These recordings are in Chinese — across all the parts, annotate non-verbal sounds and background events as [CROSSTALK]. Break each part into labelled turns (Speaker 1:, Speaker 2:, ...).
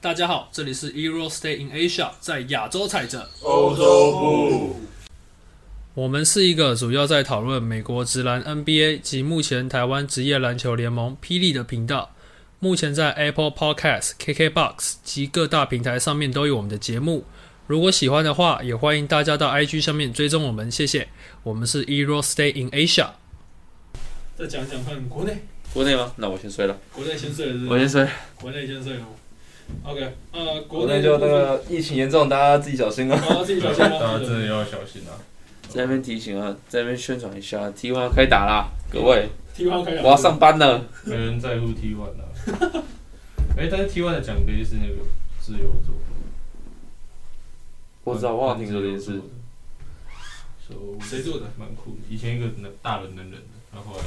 Speaker 1: 大家好，这里是 Euro Stay in Asia，在亚洲踩着。
Speaker 2: 欧洲部，
Speaker 1: 我们是一个主要在讨论美国职篮 NBA 及目前台湾职业篮球联盟霹雳的频道。目前在 Apple Podcast、KKBox 及各大平台上面都有我们的节目。如果喜欢的话，也欢迎大家到 IG 上面追踪我们，谢谢。我们是 Euro Stay in Asia。再讲讲看国内，
Speaker 3: 国内吗？那我先睡了。
Speaker 1: 国内先睡了
Speaker 3: 嗯我先睡。
Speaker 1: 国内先睡了。OK，呃，
Speaker 4: 国内就那个疫情严重，大家自己小心啊！
Speaker 1: 好，自己小心
Speaker 2: 大家真的要小心啊！
Speaker 3: 在那边提醒啊，在那边宣传一下，T1 开打啦，各位，
Speaker 1: T 方开
Speaker 3: 我要上班了。
Speaker 2: 没人在乎 T1 啊。 [LAUGHS] 哎、但是 T1 的奖杯是那个自由座，
Speaker 3: 我知道，我好像听说这件事。
Speaker 2: So，
Speaker 1: 谁做的？
Speaker 2: 蛮酷的。以前一个能大人能忍的，然后后来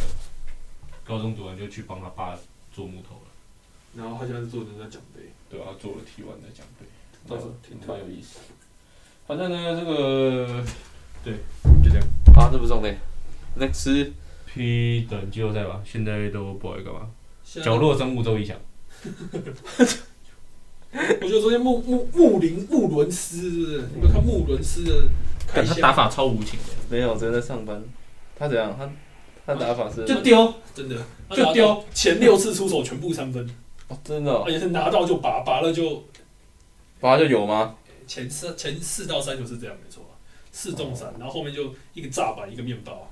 Speaker 2: 高中读完就去帮他爸做木头了，
Speaker 1: 然后好像是做人家奖杯，
Speaker 2: 对啊，做了 T1 的奖杯，
Speaker 1: 倒是挺特
Speaker 2: 蛮有意思。反正呢，这个对，就这样。
Speaker 3: 啊，这不重点。Next，
Speaker 2: P 等季后赛吧，现在都不好干嘛？
Speaker 4: 啊
Speaker 1: 别。
Speaker 2: 角落生物周一翔，
Speaker 1: 我觉得昨天穆穆穆林穆伦斯是不是？你们看穆伦斯的开
Speaker 2: 但他
Speaker 1: 箱，
Speaker 2: 打法超无情的，
Speaker 4: 没有，昨天在上班。他怎样？他他打法是
Speaker 2: 就丢。
Speaker 1: 真的
Speaker 2: 就
Speaker 1: 他拿到
Speaker 2: 丢
Speaker 1: 前六次出手全部三分，
Speaker 4: 哦，真的哦
Speaker 1: 而，且是拿到就拔，拔了就
Speaker 4: 拔就有吗？
Speaker 1: 前四前四到三球是这样，没错吧，四中三，然后后面就一个炸板一个面包，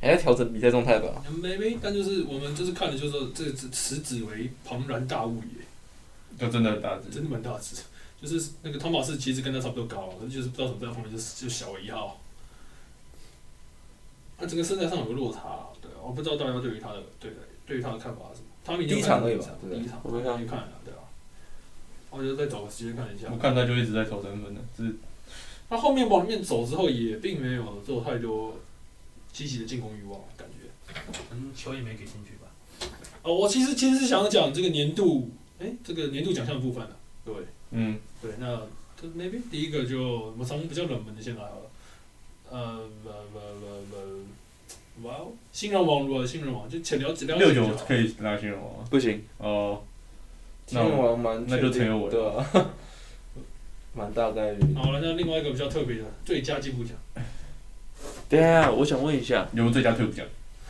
Speaker 4: 还在调整比赛状态吧？
Speaker 1: 没没，但就是我们就是看的就是说这只此指为庞然大物也，
Speaker 2: 就真的打字。
Speaker 1: 真的蛮大只。就是那个汤马士其实跟他差不多高，啊可是就是不知道怎么在后面就是就小了一号。他整个身材上有个落差，啊对，我不知道大家对于他的对对于他的看法是什么。他们已经
Speaker 4: 第一场而已吧对不
Speaker 1: 第
Speaker 4: 对
Speaker 1: 一场
Speaker 3: 我没看
Speaker 1: 去看了，对啊。我就再找个时间看一下
Speaker 2: 我。看他就一直在投三分的，只是
Speaker 1: 他后面往里面走之后，也并没有做太多积极的进攻欲望，感觉。嗯，球也没给进去吧。哦，我其实其实是想讲这个年度，哎、这个年度奖项的部分啊，各位。
Speaker 2: 嗯，
Speaker 1: 对，那这 maybe 第一个就我们从比较冷门的先来好了。呃，不不不不，哇哦，新人王如何？新人王就浅聊聊
Speaker 2: 六九可
Speaker 1: 以。
Speaker 2: 以拉新人王吗
Speaker 3: 不行，
Speaker 2: 哦，
Speaker 4: 天
Speaker 2: 那我
Speaker 4: 王蛮
Speaker 2: 那
Speaker 4: 确
Speaker 2: 就
Speaker 4: 定
Speaker 2: 陈友伟
Speaker 4: 对啊， [LAUGHS] 蛮大概率。
Speaker 1: 好了，那另外一个比较特别的最佳进步奖，
Speaker 3: 等一下，我想问一下，
Speaker 2: 有没有最佳退伍奖？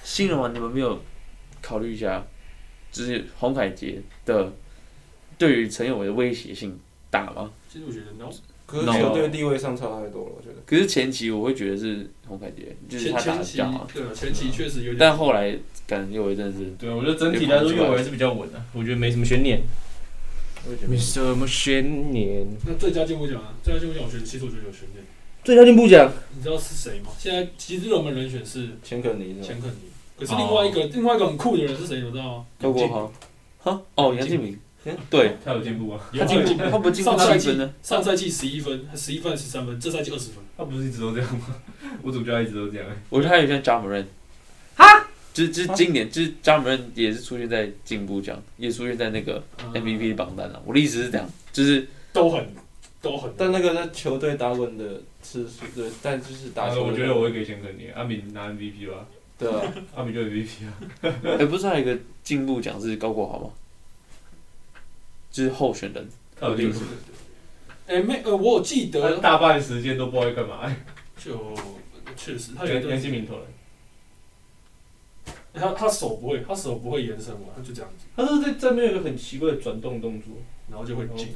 Speaker 3: 新人王你们没有考虑一下，就是洪凯杰的对于陈友伟的威胁性大吗？
Speaker 1: 其实我觉得 no。
Speaker 4: 可是
Speaker 2: No
Speaker 4: 球队地位上差太多了，我觉得。
Speaker 3: 可是前期我会觉得是洪凯杰，就是
Speaker 1: 前
Speaker 3: 他打
Speaker 1: 前
Speaker 3: 的
Speaker 1: 期
Speaker 3: 比较好，
Speaker 1: 对啊前期确实有点，
Speaker 3: 但后来感觉我真的是
Speaker 2: 对，啊我觉得整体来说右还是比较稳的，我觉得没什么悬念。
Speaker 4: 我也觉
Speaker 2: 没
Speaker 4: 得。
Speaker 2: 什么悬念。
Speaker 1: 那最佳进步奖呢？啊最佳进步奖我觉得其实我觉得有悬念，
Speaker 3: 最佳进步奖。
Speaker 1: 你知道是谁吗？现在其实热门人选是
Speaker 4: 钱肯尼是吗？
Speaker 1: 钱肯尼，可是另外一个、另外一个很酷的人是谁？你知道吗？
Speaker 3: 高国豪，哈哦，杨敬敏，
Speaker 4: 哎哦
Speaker 3: 对，
Speaker 2: 他有进步啊？
Speaker 1: 有进步，
Speaker 3: 他不进步
Speaker 1: 上
Speaker 3: 他
Speaker 1: 赛
Speaker 3: 一分
Speaker 1: 季
Speaker 3: 呢？
Speaker 1: 上赛季十一分，十一分十三分，这赛季二十分。
Speaker 2: 他不是一直都这样吗？ [LAUGHS] 我总觉得他一直都这样、欸。
Speaker 3: 我觉得他有点像 j a m a 就是
Speaker 4: 啊
Speaker 3: 就是今年就是 j a m a 也是出现在进步奖，也出现在那个
Speaker 4: 啊
Speaker 1: 嗯
Speaker 3: MVP 榜单了。我的意思是这样，就是
Speaker 1: 都很都很，
Speaker 4: 但那个在球队打滚的次数，对，但就是打球。
Speaker 2: 呃我觉得我。会给钱肯尼，阿敏拿 MVP 吧，
Speaker 4: 对啊，
Speaker 2: 阿敏就 MVP 啊。
Speaker 3: [LAUGHS] 哎、不是还有一个进步奖是高国豪吗？就是候选人，
Speaker 2: 他有进步，
Speaker 1: 哎没呃，我有记
Speaker 2: 他
Speaker 1: 得
Speaker 2: 大半时间都不知道在干嘛、欸。
Speaker 1: 就确实他有一
Speaker 2: 杨杨
Speaker 1: 段
Speaker 2: 敬敏投篮，
Speaker 1: 他他手不会，他手不会延伸嘛，他就这样子，
Speaker 2: 他是在这边有一个很奇怪的转动动作，
Speaker 1: 然后就会进，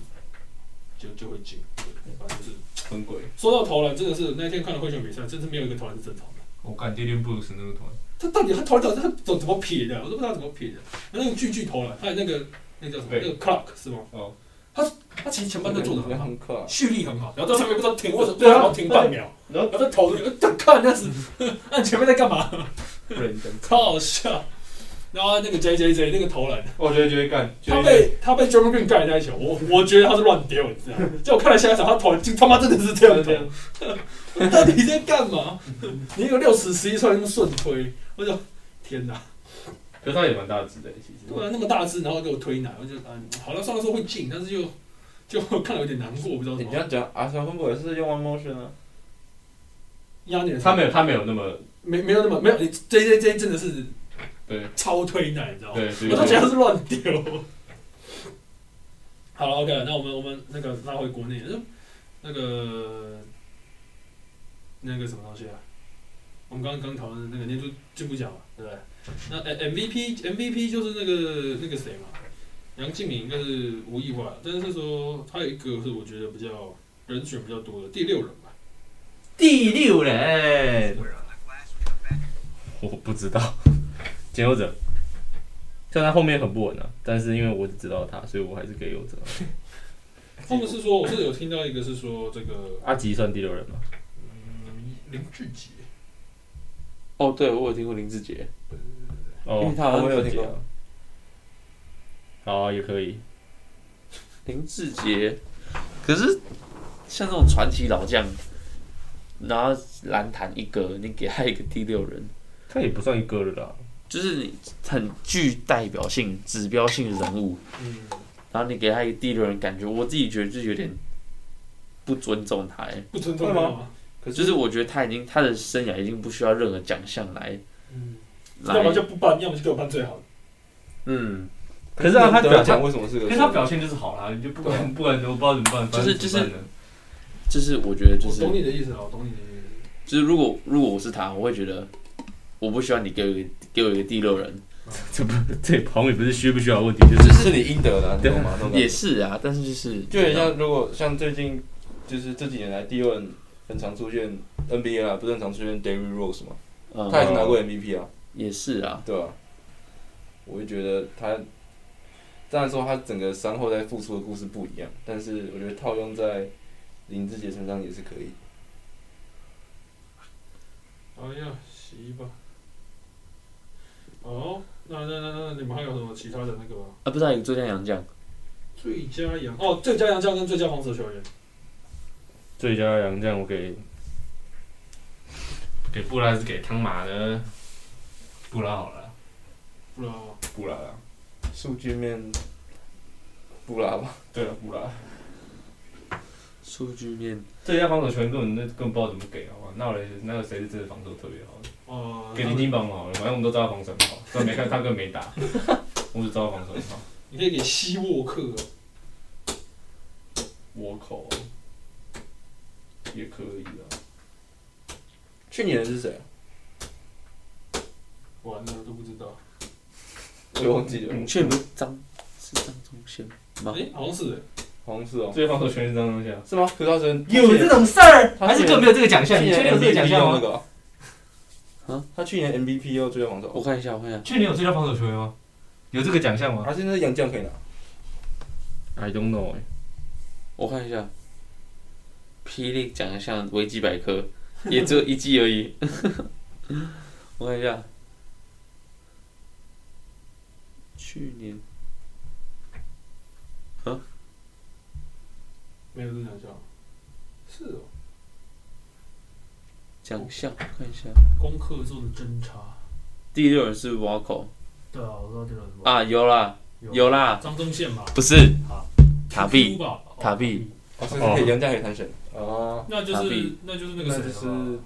Speaker 1: 就就会进。对反正就是
Speaker 2: 很鬼。
Speaker 1: 说到投篮，真的是那天看了会选比赛，真是没有一个投篮是正常的。
Speaker 2: 我感觉连布鲁斯那个投篮。
Speaker 1: 他到底他投篮到底他怎怎么撇的？我都不知道他怎么撇的。那个巨巨投篮，还啊有那个那个叫什么？
Speaker 2: 对
Speaker 1: 那个 Clark 是吗？
Speaker 2: 哦，
Speaker 1: 他其实前半段做的很好。
Speaker 4: 很快。啊
Speaker 1: 蓄力很好，然后到上面不知道停，为什么
Speaker 2: 对啊
Speaker 1: 然后停半秒，
Speaker 2: 然后
Speaker 1: 然后再投出去，呃看那是， [LAUGHS] 那你前面在干嘛？
Speaker 2: 不能登。
Speaker 1: 超好笑。然后那个 J J J 那个投篮，
Speaker 2: 我觉得就会干，就
Speaker 1: 他
Speaker 2: 会
Speaker 1: 被他被 German Green 盖那一球，我我觉得他是乱丢，你知道吗？就我看了下一场，他投篮就他妈真的是这样
Speaker 2: 这样
Speaker 1: 投，到底在干嘛？ [LAUGHS] 你有六尺十一寸顺推，我就天哪！
Speaker 2: 可是他也蛮大只的，其实。
Speaker 1: 对啊，那么大只，然后给我推奶，我就嗯，好了，上来说会进，但是就就 [LAUGHS] 看了有点难过，不知道
Speaker 4: 你
Speaker 1: 怎
Speaker 4: 这
Speaker 1: 么
Speaker 4: 样讲，阿小分不也是用 one motion 啊？
Speaker 1: 压你的
Speaker 2: 他没有，他没有那么
Speaker 1: 没没有那么没有，你 J J J 真的是
Speaker 2: 对
Speaker 1: 哦超推奶，你知道吗？
Speaker 2: 对，所以
Speaker 1: 我都觉得是乱丢。 [LAUGHS] 好了，OK 了，那我们我们那个拉回国内，就那个那个什么东西啊？我们刚刚讨论的那个年度进步奖嘛，对不对？那呃 MVP MVP 就是那个那个谁嘛，杨敬敏应该是无意外，但是说他有一个是我觉得比较人选比较多的第六人吧，
Speaker 2: 第六人，我不知道， [LAUGHS] 解忧者，虽然他后面很不稳啊，但是因为我只知道他，所以我还是给忧者。
Speaker 1: 他们是说我是有听到一个是说这个
Speaker 2: 阿吉算第六人吗？
Speaker 1: 嗯林志杰，
Speaker 3: 哦，对，我有听过林志杰，因
Speaker 2: 哦
Speaker 3: 为，他好像
Speaker 2: 我有
Speaker 3: 没有
Speaker 2: 解
Speaker 3: 解
Speaker 2: 啊。哦好，也可以。
Speaker 3: 林志杰，可是像这种传奇老将，然后篮坛一哥，你给他一个第六人，
Speaker 2: 他也不算一个了啦，
Speaker 3: 就是你很具代表性、指标性人物，
Speaker 1: 嗯，
Speaker 3: 然后你给他一个第六人，感觉我自己觉得就有点不尊重他、欸，
Speaker 1: 不尊重
Speaker 4: 会
Speaker 1: 他
Speaker 4: 吗
Speaker 1: 吗？
Speaker 4: 可
Speaker 3: 就是我觉得他已经他的生涯已经不需要任何奖项来
Speaker 1: 嗯，要么
Speaker 3: 来，
Speaker 1: 就不办，要么就给我办最好的。
Speaker 3: 嗯，
Speaker 2: 可是啊他表
Speaker 4: 得奖为什么是个？
Speaker 2: 因为他表现就是好啦，你就不管不管怎么不知道怎么办，反正
Speaker 3: 就是
Speaker 2: 怎么办呢
Speaker 3: 就是我觉得就
Speaker 1: 我
Speaker 3: 是
Speaker 1: 懂你的意思啊，我懂你的意思。
Speaker 3: 就是如果如果我是他，我会觉得我不希望你给我一个给我一个第六人，
Speaker 2: [LAUGHS] 这好像也不 [LAUGHS] 是需不需要的问题，就
Speaker 4: 这
Speaker 2: 是
Speaker 4: 是你应得的啊，你懂吗？那种感觉
Speaker 3: 也是啊，但是就是
Speaker 4: 就很像，如果像最近就是这几年来第二轮很常出现 NBA 啊，不是很常出现 Derry Rose 嘛，
Speaker 3: 嗯，
Speaker 4: 他也是拿过
Speaker 2: 哦
Speaker 4: MVP 啊，
Speaker 3: 也是啊，
Speaker 4: 对吧、我就觉得他，当然说他整个伤后再复出的故事不一样，但是我觉得套用在林志杰身上也是可以。
Speaker 1: 哎呀，洗衣吧。哦，那那那那你们还有什么其他的那个吗？
Speaker 3: 啊，不知道有最佳洋将，
Speaker 1: 最佳洋哦，最佳洋将跟最佳防守球员，
Speaker 2: 最佳洋将我给给布拉还是给汤马呢？布拉好了，
Speaker 1: 不知道
Speaker 2: 布拉啦，
Speaker 4: 数据面，啊布拉吧，
Speaker 2: 对了，布拉。
Speaker 3: 数据面
Speaker 2: 最佳防守球员根本那根本不知道怎么给，好吧？那我来那个谁是真的防守特别好的？
Speaker 1: 哦。
Speaker 2: 给林金榜好了，反正我们都知道他防守很好，但没看他根本没打，我只知道他防守很好。
Speaker 1: 你可以给希沃克，
Speaker 2: 倭寇啊也可以啊。
Speaker 4: 去年的是谁啊？
Speaker 1: 完了都不知道。
Speaker 4: 我也忘记了，
Speaker 3: 嗯确不是张是张忠宪吗？
Speaker 1: 哎，好像是哎
Speaker 4: 好像是哦，
Speaker 2: 最佳防守球员是张东啊下，
Speaker 4: 是吗？可是他真
Speaker 2: 种事儿
Speaker 4: 还是根本
Speaker 2: 没有这个奖
Speaker 4: 去年 MVP 用那？个啊
Speaker 3: 啊，
Speaker 4: 他去年 MVP 又最佳防守
Speaker 3: 我，看一下，我看一下
Speaker 2: 去年有最佳防守球员吗？有这个奖项吗
Speaker 4: 他现在洋将可以拿。
Speaker 2: ？I don't know 哎、
Speaker 3: 我看一下，霹雳奖项维基百科也只有一季而已， [LAUGHS] 我看一下，去年
Speaker 1: 没有这奖项。是哦，
Speaker 3: 奖项我看一下，
Speaker 1: 功课做的真差。
Speaker 3: 第六人是 Walker
Speaker 1: 对啊，我知道这个人什么。
Speaker 3: 啊，有啦有啦，
Speaker 1: 张宗宪嘛，
Speaker 3: 不是
Speaker 1: 好
Speaker 3: 塔碧
Speaker 1: QQ 吧，哦
Speaker 3: 塔碧，
Speaker 4: 哦，所以是可以杨家可以参选。哦，
Speaker 1: 那就
Speaker 3: 塔
Speaker 1: 是
Speaker 3: 碧
Speaker 1: 那就是那
Speaker 4: 那
Speaker 1: 个谁
Speaker 4: 就
Speaker 1: 了啊吧，
Speaker 4: 是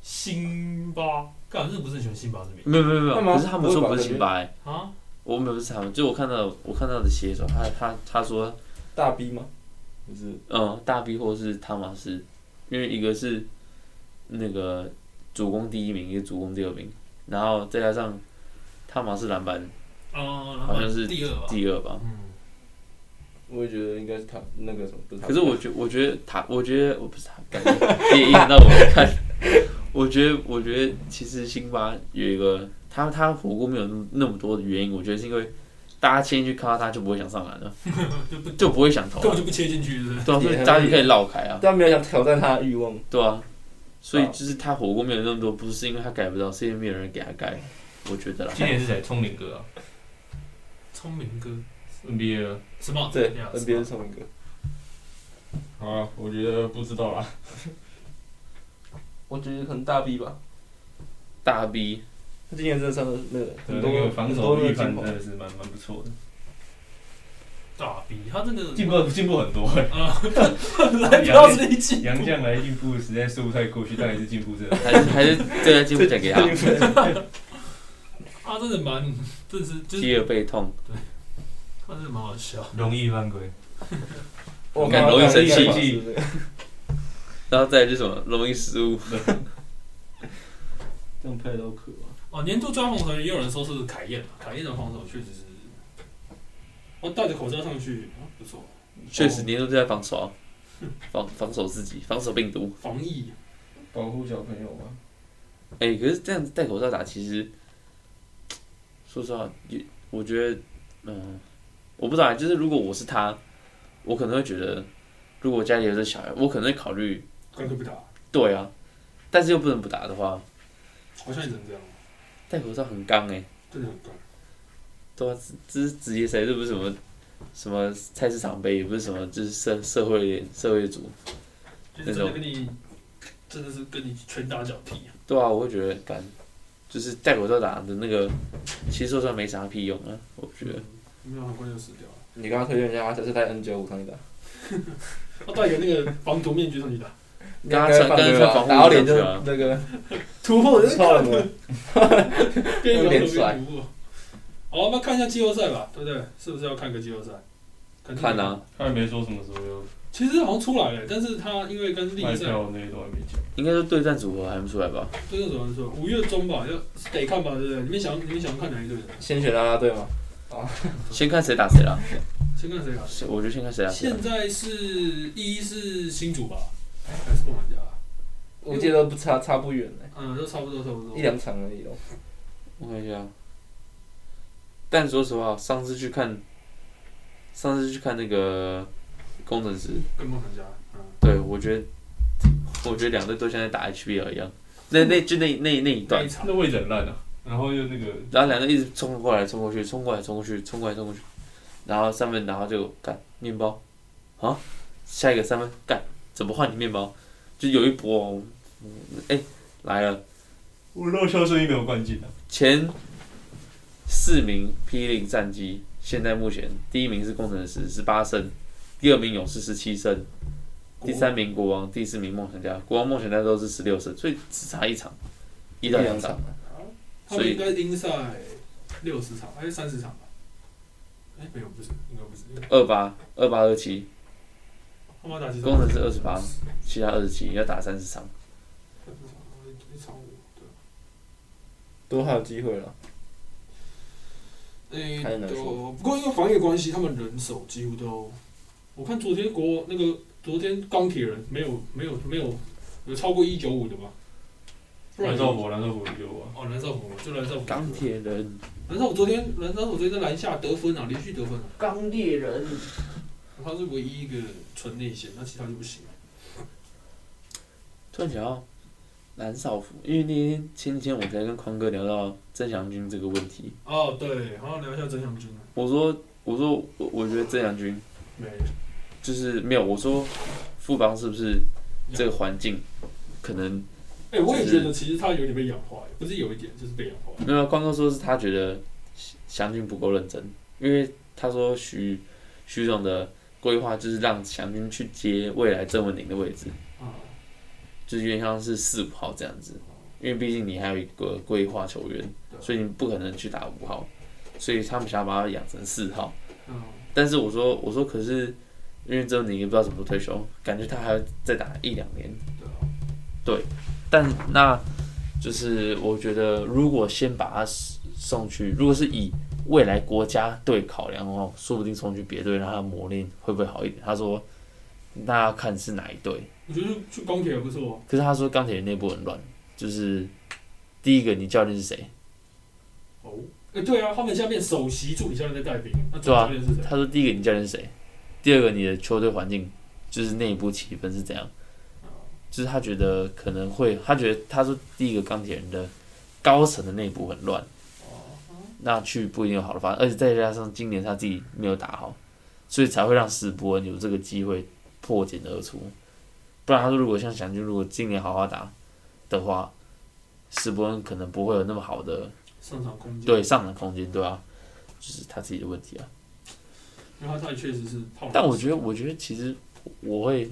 Speaker 1: 辛巴，干，日本不是很喜欢辛巴这边
Speaker 3: 没有没有没
Speaker 4: 干
Speaker 3: 有，
Speaker 4: 嘛
Speaker 3: 可是他们说不是辛巴哎、
Speaker 1: 啊？
Speaker 3: 我没有不是他们，就我看到我看到的写手，他他他说
Speaker 4: 大 B 吗？就是
Speaker 3: 嗯，大 B 或是汤马斯，因为一个是那个主攻第一名，一个主攻第二名，然后再加上汤马斯篮板
Speaker 1: 哦，然
Speaker 3: 好
Speaker 1: 后
Speaker 3: 像是
Speaker 1: 第二吧。
Speaker 3: 第二吧。
Speaker 1: 嗯，
Speaker 4: 我也觉得应该是他那个什么，不是他。
Speaker 3: 可是我觉我觉得塔，我觉得我不是塔，感觉也影响到我的看。我觉得我觉得其实辛巴有一个他他火锅没有那么多的原因，我觉得是因为大家先去看到他就不会想上 [LAUGHS] 篮了，就不会想投
Speaker 1: 根本
Speaker 3: 了，
Speaker 1: 就不切进去，是不是？
Speaker 3: 对啊，所以大家就可以绕开啊。
Speaker 4: 但没有想挑战他的欲望。
Speaker 3: 对啊，所以
Speaker 4: 好
Speaker 3: 就是他火锅没有那么多，不是因为他改不到，是因为没有人给他改，我觉得啦。
Speaker 2: 今年是谁？聪明哥啊
Speaker 1: 聪明哥，
Speaker 2: ，NBA 啊
Speaker 1: 什么？
Speaker 4: 对
Speaker 1: 呀
Speaker 4: ，NBA 是同一个。
Speaker 2: 好啊，我觉得不知道啊啦。
Speaker 4: 我觉得可能大 B 吧，
Speaker 3: 大 B
Speaker 4: 他今年真的上了那个
Speaker 2: 对
Speaker 4: 很
Speaker 2: 那
Speaker 4: 多
Speaker 2: 个防
Speaker 4: 很
Speaker 2: 守
Speaker 4: 多哦那
Speaker 2: 预
Speaker 4: 个
Speaker 2: 判
Speaker 4: 金
Speaker 2: 真
Speaker 4: 牌。
Speaker 2: 的是蛮蛮不错的，
Speaker 1: 大 B，他真的
Speaker 2: 进步进步很 [LAUGHS] 多哎、
Speaker 1: 啊，
Speaker 2: 来
Speaker 1: 来
Speaker 2: 不
Speaker 1: 不
Speaker 2: 到
Speaker 1: 到
Speaker 2: 这
Speaker 1: 这一季，
Speaker 2: 杨绛来进步实在说不太过去，但也是进步真的。
Speaker 3: 还是还是对他进步奖给 [LAUGHS] 他，
Speaker 2: [LAUGHS]
Speaker 1: 他真的蛮，真的是就是
Speaker 3: 第二背痛。
Speaker 1: 但是蛮好笑。
Speaker 5: 容易犯规。
Speaker 4: 我
Speaker 3: 感容易生气
Speaker 4: 是不是
Speaker 3: 然后再来就是什么容易失误，
Speaker 2: 这样拍到可啊。
Speaker 1: 哦，年度最佳防守球员也有人说是凯燕嘛，凯燕的防守确实是，我戴着口罩上去、哦不错，
Speaker 3: 确实年度最在防守啊，防防守自己，防守病毒。
Speaker 1: 防疫
Speaker 4: 保护小朋友吧。
Speaker 3: 哎、可是这样子戴口罩打，其实说实话，也我觉得，嗯、我不知道啊，就是如果我是他，我可能会觉得，如果家里有这小孩，我可能会考虑，
Speaker 1: 干脆不打，
Speaker 3: 对啊，但是又不能不打的话，
Speaker 1: 好像也只能这样，
Speaker 3: 戴口罩很刚哎、
Speaker 1: 真的很干。
Speaker 3: 对啊，这这是职业赛，这不是什么什么菜市场杯，也不是什么，就是社社会社会组，
Speaker 1: 就是真的跟你，真的是跟你拳打脚踢。
Speaker 3: 对啊，我会觉得感，就是戴口罩打的那个，其实说实话没啥屁用啊，我觉得。
Speaker 1: 没有，很快就死掉了。
Speaker 4: 嗯你刚刚推荐人家下次戴 N 九五上去打，
Speaker 1: 他戴个那个防毒面具上去打，
Speaker 3: 刚刚穿
Speaker 4: 犯规
Speaker 3: 刚刚穿
Speaker 4: 吧
Speaker 3: 防护
Speaker 4: 打到脸就
Speaker 3: 面具啊
Speaker 4: 那个
Speaker 1: 突破人
Speaker 4: 错了，
Speaker 1: 变
Speaker 4: 有
Speaker 1: 成
Speaker 4: 点
Speaker 1: 突
Speaker 4: 帅
Speaker 1: 破。好，我们看一下季后赛吧，对不对？是不是要看个季后赛？肯定
Speaker 3: 看啊，
Speaker 2: 他也没说什么时候要
Speaker 1: 其实好像出来了，但是他因为跟另
Speaker 2: 卖
Speaker 1: 一赛
Speaker 2: 票那些都还没讲。
Speaker 3: 应该说对战组合还没出来吧？
Speaker 1: 对阵怎么说？五月中吧，要得看吧，对不对？你们想你们想看哪一队的？
Speaker 4: 先选啦啦队嘛，
Speaker 3: 先看谁打谁啦。
Speaker 1: 先看谁打。
Speaker 3: 先我觉得先看谁打谁啦
Speaker 1: 现。在是一是新主吧，还是孟买家？
Speaker 4: 我记得不差差不远呢，
Speaker 1: 嗯，都差不多，差不多。
Speaker 4: 一两场而已哦。
Speaker 3: 我看一下。但说实话，上次去看，上次去看那个工程师，
Speaker 1: 跟孟买家，嗯，
Speaker 3: 对我觉得，我觉得两队都像在打 HBL 一样。那那就那那那一
Speaker 1: 那
Speaker 3: 段
Speaker 1: 一，场
Speaker 2: 那位置很烂啊，然后又那个
Speaker 3: 然后两个一直冲过来冲过去，冲过来冲过去，冲过来冲过去，然后三分，然后就干面包，啊，下一个三分干，怎么换你面包？就有一波哦，嗯哎、来了。
Speaker 5: 我肉球声音没有灌进啊。
Speaker 3: 前四名 P 零战绩，现在目前第一名是工程师十八胜，第二名勇士十七胜，第三名国王，第四名梦想家，国王梦想家都是十六胜，所以只差一场，一到两场。
Speaker 1: 他们应该应赛六十场还是三十场吧？哎，没有，不是，应该不是。
Speaker 3: 二八二八二七，
Speaker 1: 他们要打几场？
Speaker 3: 工程师二十八，其他二十七要打三十场。
Speaker 1: 一场五。
Speaker 4: 都还有机会了。
Speaker 1: 哎、
Speaker 4: 太难
Speaker 1: 对，
Speaker 4: 说
Speaker 1: 不过因为防疫关系，他们人手几乎都，我看昨天国那个昨天钢铁人没有没有没有有超过一九五的吗？不然
Speaker 2: 蓝
Speaker 1: 就
Speaker 2: 少博，蓝少博有啊。
Speaker 1: 哦，蓝少虎就蓝少虎，
Speaker 3: 钢铁人，
Speaker 1: 蓝少虎昨天蓝少虎昨天在篮下得分啊，连续得分啊，
Speaker 3: 钢铁人，
Speaker 1: 他是唯一一个纯内线，那其他就不行了。
Speaker 3: 突然想到蓝少辅，因为那天前几天我才跟宽哥聊到郑祥军这个问题，
Speaker 1: 哦，对，好像聊一下曾祥军啊，
Speaker 3: 我说我说我我觉得郑祥军。
Speaker 1: 没
Speaker 3: 就是没有，我说富邦是不是这个环境可能
Speaker 1: 哎、我也觉得其实他有点被养坏，不是有一点，就是被养坏。
Speaker 3: 没有？光哥说是他觉得祥军不够认真，因为他说徐徐总的规划就是让祥军去接未来郑文宁的位置，
Speaker 1: 啊，
Speaker 3: 就是有点像是四五号这样子，因为毕竟你还有一个规划球员，所以你不可能去打五号，所以他们想要把他养成四号。
Speaker 1: 嗯，
Speaker 3: 但是我说我说可是因为郑文宁也不知道什么时候退休，感觉他还要再打一两年。
Speaker 1: 对啊，
Speaker 3: 但那就是我觉得，如果先把他送去，如果是以未来国家队考量的话，说不定送去别队让他磨练会不会好一点？他说，那要看是哪一队。
Speaker 1: 我觉得去钢铁也不错、啊
Speaker 3: 可是他说钢铁人内部很乱，就是第一个你教练是谁？
Speaker 1: 哦，哎、对啊，他们下面首席助理教练在带兵，那主
Speaker 3: 对啊
Speaker 1: 教练是谁？
Speaker 3: 他说第一个你教练是谁？第二个你的球队环境就是内部气氛是怎样？就是他觉得可能会，他觉得他说第一个钢铁人的高层的内部很乱。
Speaker 1: 哦
Speaker 3: 那去不一定有好的发展，而且再加上今年他自己没有打好，所以才会让史伯恩有这个机会破茧而出。不然他说，如果像祥军，如果今年好好打的话，史伯恩可能不会有那么好的
Speaker 1: 上场空间。，
Speaker 3: 对上场空间，对啊，就是他自己的问题啊。
Speaker 1: 因为他他也确实是胖了。
Speaker 3: 但我觉得，我觉得其实我会，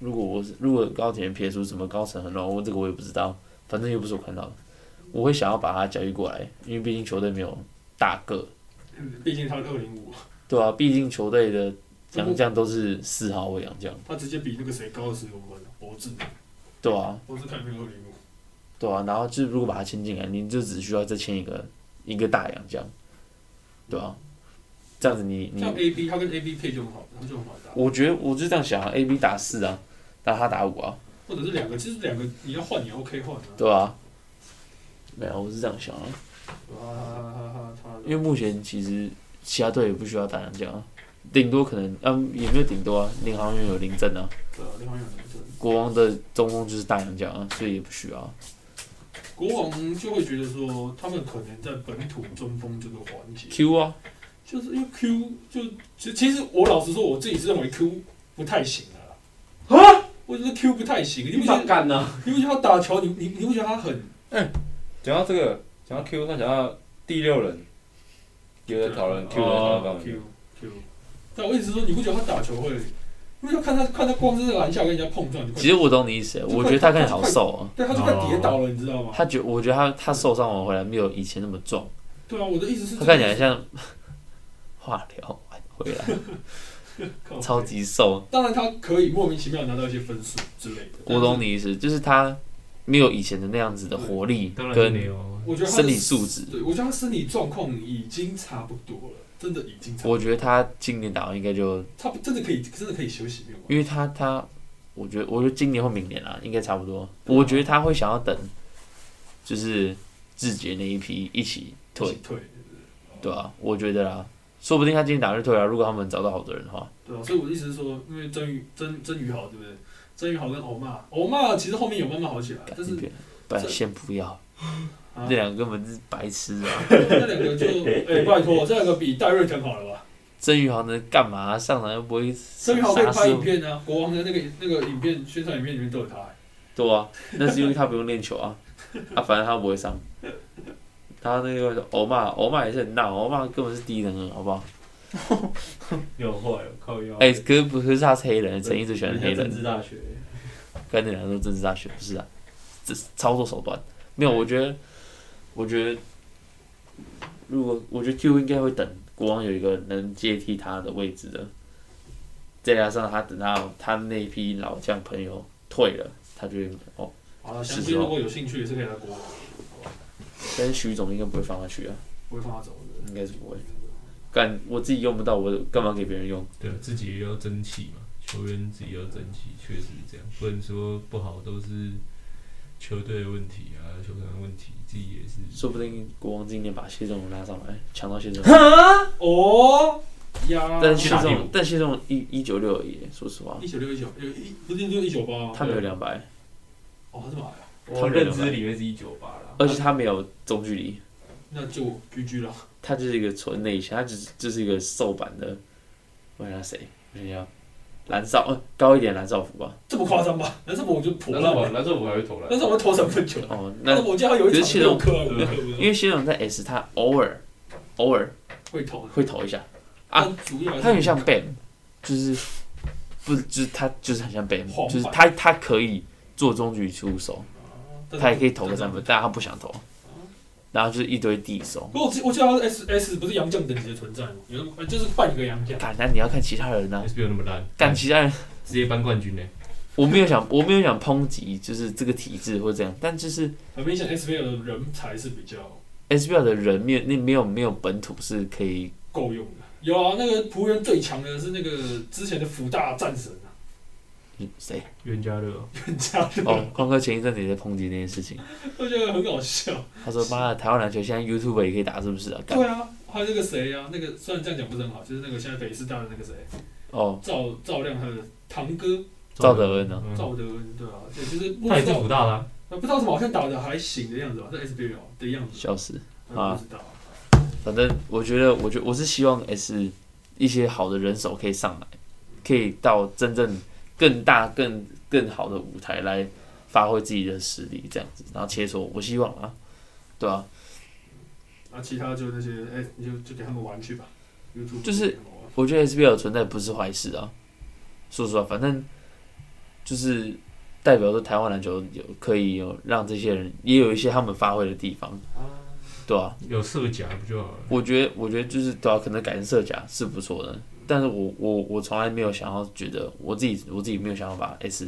Speaker 3: 如果我是如果高铁人撇出什么高层很乱，我这个我也不知道，反正又不是我看到的，我会想要把他交易过来，因为毕竟球队没有大个，
Speaker 1: 嗯毕竟他是二零五，
Speaker 3: 对啊，毕竟球队
Speaker 1: 嗯
Speaker 3: 的洋将都是四号位洋将，
Speaker 1: 他直接比那个谁高十公分，博智，
Speaker 3: 对啊，
Speaker 1: 博智看那个二零五，
Speaker 3: 对啊，然后就是如果把他签进来，你就只需要再签一个一个大洋将，对啊，这样子你你
Speaker 1: 像 A B，他跟 A B 配就很好，他就很好打，
Speaker 3: 嗯我觉得我就这样想啊，A B 打四啊，那他打五啊，
Speaker 1: 或者是两个，其实两个你要换也 OK 换啊，
Speaker 3: 对啊，没有，我是这样想啊，
Speaker 1: 哈哈哈哈哈，
Speaker 3: 因为目前其实其他队也不需要打洋将啊，顶多可能嗯也没有顶多啊，领航员有林振啊，
Speaker 1: 对啊，另外一个人对。
Speaker 3: 国王的中锋就是大洋将啊，所以也不需要啊，
Speaker 1: 国王就会觉得说，他们可能在本土中锋这个环节，
Speaker 3: Q 啊，
Speaker 1: 就是因为 Q 就其其实我老实说，我自己是认为 Q 不太行了啦。啊？我觉得 Q 不太行，你不觉得？
Speaker 6: 干呢？
Speaker 1: 你不觉得他打球，你你你不觉得他很？
Speaker 6: 讲到这个，讲到 Q，他讲到第六人，有在讨论 Q 的
Speaker 2: 아,
Speaker 6: 讨论
Speaker 1: 哦
Speaker 6: 范
Speaker 1: Q
Speaker 6: 围。
Speaker 1: Q。但我一直说，你不觉得他打球会？因为他看他看他光是篮下跟人家碰撞，你快
Speaker 3: 其实我懂你意思，我觉得他看起来好瘦啊。
Speaker 1: 对他就快跌倒了，你知道吗？
Speaker 3: 他觉，我觉得他他受伤完回来没有以前那么壮，
Speaker 1: 对啊，我的意思是，
Speaker 3: 他看起来像化疗完回来，
Speaker 1: 靠
Speaker 3: 超。级瘦。啊
Speaker 1: 当然，他可以莫名其妙拿到一些分数之类的。
Speaker 3: 我懂你意思，就是他没有以前的那样子的活力
Speaker 7: 当然是没
Speaker 3: 跟
Speaker 7: 有啊。
Speaker 1: 我觉得他的
Speaker 3: 生理素质。
Speaker 1: 对，我觉得他身体状况已经差不多了，真的已经差不多
Speaker 3: 我觉得他今年打完应该就，
Speaker 1: 他不真的可以，真的可以休息没有
Speaker 3: 因为他他，我觉得我觉得今年或明年啊，应该差不多。我觉得他会想要等，就是志杰那一批一起退，
Speaker 1: 退，
Speaker 3: 对吧、我觉得啦，说不定他今天打就退啊了，如果他们找到好的人的话。
Speaker 1: 对啊，所以我的意思是说，因为曾宇曾曾宇豪对不对？曾宇豪跟欧骂，欧骂其实后面有慢慢好起来，但是
Speaker 3: 不然先不要，
Speaker 1: 啊
Speaker 3: 这两个根本是白痴啊！
Speaker 1: 那
Speaker 3: [LAUGHS]
Speaker 1: 两个就哎、拜托，这两个比戴瑞腾好了吧？
Speaker 3: 郑宇豪能干嘛？上场又不会
Speaker 1: 曾宇豪可以
Speaker 3: 杀
Speaker 1: 拍
Speaker 3: 死
Speaker 1: 影，片啊，国王的那个那个影片宣传影片里面都有他、哎
Speaker 3: 对啊，那是因为他不用练球啊， [LAUGHS] 啊，反正他不会上。他那个欧骂，欧骂也是很闹，欧骂根本是低能啊儿，好不好？
Speaker 7: 有坏，靠腰。
Speaker 3: 哎、可是不可是他是黑人，陈毅最喜欢黑
Speaker 7: 人家政
Speaker 3: 人，
Speaker 7: 治大学，
Speaker 3: 跟那两个都政治大学不是啊，这是操作手段没有，我觉得，我觉得，如果我觉得 Q 应该会等国王有一个能接替他的位置的，再加上他等他他那一批老将朋友退了，他就会哦，
Speaker 1: 好了，
Speaker 3: 是
Speaker 1: 详细
Speaker 3: 哦
Speaker 1: 如果有兴趣也是可以来国王，
Speaker 3: 但是徐总应该不会放他去啊，
Speaker 1: 不会放他走的。
Speaker 3: 应该是不会。干我自己用不到，我干嘛给别人用？
Speaker 7: 对啊自己也要争气嘛，球员自己要争气，确实是这样，不能说不好都是球队的问题啊，球场的问题，自己也是。
Speaker 3: 说不定国王今年把谢仲荣拉上来，抢到谢仲荣。
Speaker 1: 哦呀，
Speaker 3: 但是谢仲荣，但谢仲荣一一九六而已，说实话
Speaker 1: 一，九六一九有一不是就一九八吗？啊
Speaker 3: 他没有两百，
Speaker 1: 哦，他是马来。
Speaker 3: 他
Speaker 7: 我
Speaker 3: 没有
Speaker 7: 认
Speaker 3: 两
Speaker 7: 知
Speaker 3: 百，
Speaker 7: 里面是一九八啦，
Speaker 3: 而且他没有中距离，
Speaker 1: 那就 GG 了。
Speaker 3: 他就是一个纯内线，他只就是一个瘦版的，我想谁？我想想，蓝少，呃，高一点蓝少福吧。
Speaker 1: 这么夸张吧？男生我就破
Speaker 6: 那
Speaker 1: 烂
Speaker 6: 这
Speaker 1: 了
Speaker 6: 我，，那这我还会投篮
Speaker 1: 但。是我投三分球。
Speaker 3: 哦，
Speaker 1: 但
Speaker 3: 那
Speaker 1: 是我记得他有一场六颗啊，五颗
Speaker 3: 因为谢总在 S，他偶尔偶尔
Speaker 1: 会投
Speaker 3: 会投一下，啊
Speaker 1: 啊，但主要还是
Speaker 3: 他有点像 Bam，就是不就是他就是很像 Bam，
Speaker 1: 晃摆
Speaker 3: 就是他他可以做中距离出手，
Speaker 1: 但是
Speaker 3: 他也可以投个三分，但他不想投，然后就是一堆地手。
Speaker 1: 不过我记我记得他是 S S 不是杨将等级的存在吗？有那么呃就是半个杨将，
Speaker 3: 干，那你要看其他人啊，
Speaker 7: s b 有那么烂，
Speaker 3: 干其他人
Speaker 7: 直接颁冠军呢、
Speaker 3: 我没有想，我没有想抨击，就是这个体制或这样，但就是
Speaker 1: 很明显 S B L 的人才是比较
Speaker 3: SBL 的人面那没有没有本土是可以，
Speaker 1: 够用的。有啊，那个仆人最强的是那个之前的福大战神啊， [LAUGHS]
Speaker 3: 嗯谁？
Speaker 7: 袁家乐，
Speaker 1: 人家的，
Speaker 3: 哦，光哥前一阵子也在抨击那件事情，
Speaker 1: 我觉得很好笑。
Speaker 3: 他说妈的，台湾篮球现在 YouTube 也可以打，是不是啊？干
Speaker 1: 对啊，还有那个谁啊，那个虽然这样讲不是很好，就是那个现在北师大的那个谁
Speaker 3: 哦，
Speaker 1: 赵赵亮他的堂哥
Speaker 3: 赵德恩呢？
Speaker 7: 嗯
Speaker 1: 赵德恩，对啊，对，就是不
Speaker 7: 他也
Speaker 1: 知
Speaker 7: 是
Speaker 1: 道
Speaker 7: 福大啊啦、
Speaker 1: 呃，不知道怎么好像打的还行的样子吧，在 SBL 的样子，
Speaker 3: 笑死！
Speaker 1: 呃不知道。
Speaker 3: 反正我觉得，我觉我是希望 S 一些好的人手可以上来，可以到真正更大、更更好的舞台来发挥自己的实力，这样子，然后切磋。我希望啊，对啊，
Speaker 1: 那啊其他就那些，哎、你就就给他们玩去吧。YouTube 啊
Speaker 3: 就是
Speaker 1: 给他们玩
Speaker 3: 我觉得 SBL 的存在不是坏事啊。说实话，反正就是代表着台湾篮球有可以有让这些人也有一些他们发挥的地方，
Speaker 1: 啊，
Speaker 3: 对啊，
Speaker 7: 有色甲不就好了？
Speaker 3: 我觉得我觉得就是对啊，可能改成色甲是不错的，但是我我我从来没有想要觉得我自己我自己没有想要把 S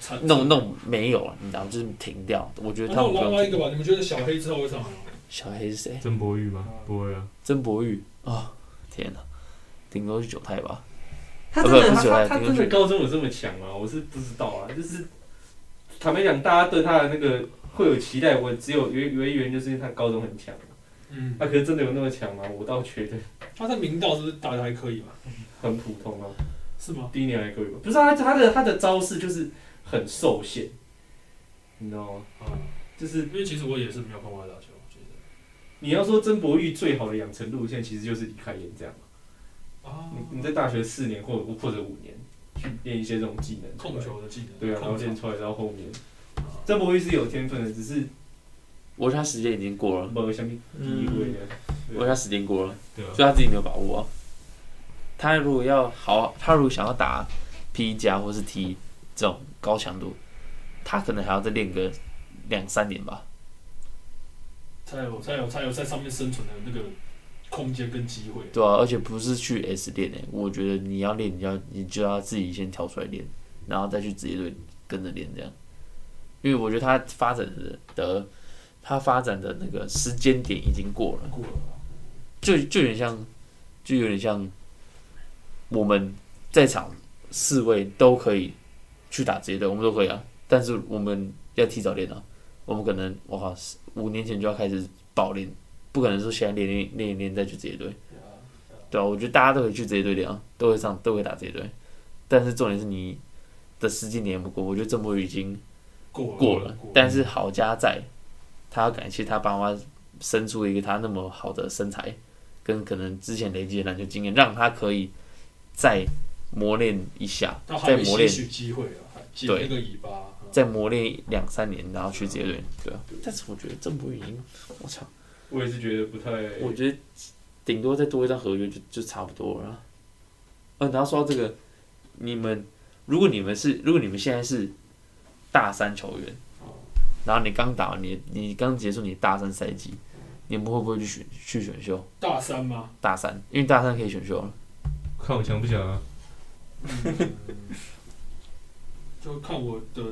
Speaker 1: 惨
Speaker 3: 弄弄没有啊，你知道吗就是停掉，我觉得
Speaker 1: 那
Speaker 3: 他
Speaker 1: 那
Speaker 3: 们不
Speaker 1: 我另
Speaker 3: 用
Speaker 1: 外一
Speaker 3: 停
Speaker 1: 个吧，你们觉得小黑之后会上吗？
Speaker 3: 小黑是谁？
Speaker 7: 郑博玉吗？不会啊，
Speaker 3: 曾博玉啊、天哪，顶多是九泰吧，
Speaker 2: 他真的
Speaker 3: 啊不是不是九
Speaker 2: 他
Speaker 3: 来
Speaker 2: 他
Speaker 3: 你
Speaker 2: 真
Speaker 3: 继
Speaker 2: 的
Speaker 3: 续
Speaker 2: 高中有这么强吗？我是不知道啊，就是坦白讲，大家对他的那个会有期待，我只有有有一原因就是因为他高中很强，啊
Speaker 1: 嗯，
Speaker 2: 那、可是真的有那么强吗？我倒觉得
Speaker 1: 他在明道是不是打的还可以吧？
Speaker 2: 很普通啊，
Speaker 1: 是吗？
Speaker 2: 第一年还可以吧？不是啊，他他的他的招式就是很受限，你知道吗？
Speaker 1: 啊，
Speaker 2: 就是
Speaker 1: 因为其实我也是没有碰过他打球，我觉得
Speaker 2: 你要说曾博玉最好的养成路线，其实就是离开演这样嘛。
Speaker 1: 啊，
Speaker 2: 你你在大学四年或或者五年去练一些这种技能出来，
Speaker 1: 控球的技能，
Speaker 2: 对啊，然后
Speaker 1: 控
Speaker 2: 练
Speaker 1: 球
Speaker 2: 出来到后面，曾博玉是有天分的，只是
Speaker 3: 我觉得他时间已经过了，
Speaker 2: 某个相比第一位的。
Speaker 3: 我觉得他时间过了，
Speaker 7: 对啊，
Speaker 3: 所以他自己没有把握、啊。他如果要好，他如果想要打 P 加或是 T 这种高强度，他可能还要再练个两三年吧。
Speaker 1: 才有才有才有在上面生存的那个空间跟机会。
Speaker 3: 对啊，而且不是去 S 练诶、我觉得你要练，你要你就要自己先挑出来练，然后再去职业队跟着练这样。因为我觉得他发展的的，他发展的那个时间点已经过了，
Speaker 1: 过了，哦
Speaker 3: 就就有点像，就有点像我们在场四位都可以去打职业队，我们都可以啊，但是我们要提早练啊，我们可能我靠五年前就要开始爆练，不可能说现在练练练一练再去职业队。
Speaker 1: 对啊
Speaker 3: 对啊，我觉得大家都可以去职业队练啊，都会上，都会打职业队。但是重点是你的时间点不过，我觉得郑博宇已经
Speaker 1: 过了
Speaker 3: 过了
Speaker 1: 过。
Speaker 3: 但是好家在，他要感谢他爸妈生出了一个他那么好的身材，跟可能之前累积的篮球经验，让他可以再磨练一下
Speaker 1: 他，还
Speaker 3: 再
Speaker 1: 有
Speaker 3: 磨
Speaker 1: 些
Speaker 3: 练，
Speaker 1: 许机会啊，还捡
Speaker 3: 对
Speaker 1: 那个尾巴。嗯
Speaker 3: 再磨练两三年，然后去职业队。对啊，但是我觉得郑博宇已经，我操，
Speaker 2: 我也是觉得不太，
Speaker 3: 我觉得顶多再多一张合约就就差不多了啊。嗯、然后说到这个，你们如果你们是如果你们现在是大三球员，然后你刚打完你你刚结束你大三赛季，你们会不会去选去选秀？
Speaker 1: 大三吗？
Speaker 3: 大三，因为大三可以选秀了。
Speaker 7: 看我强不强啊？
Speaker 1: 就看我的，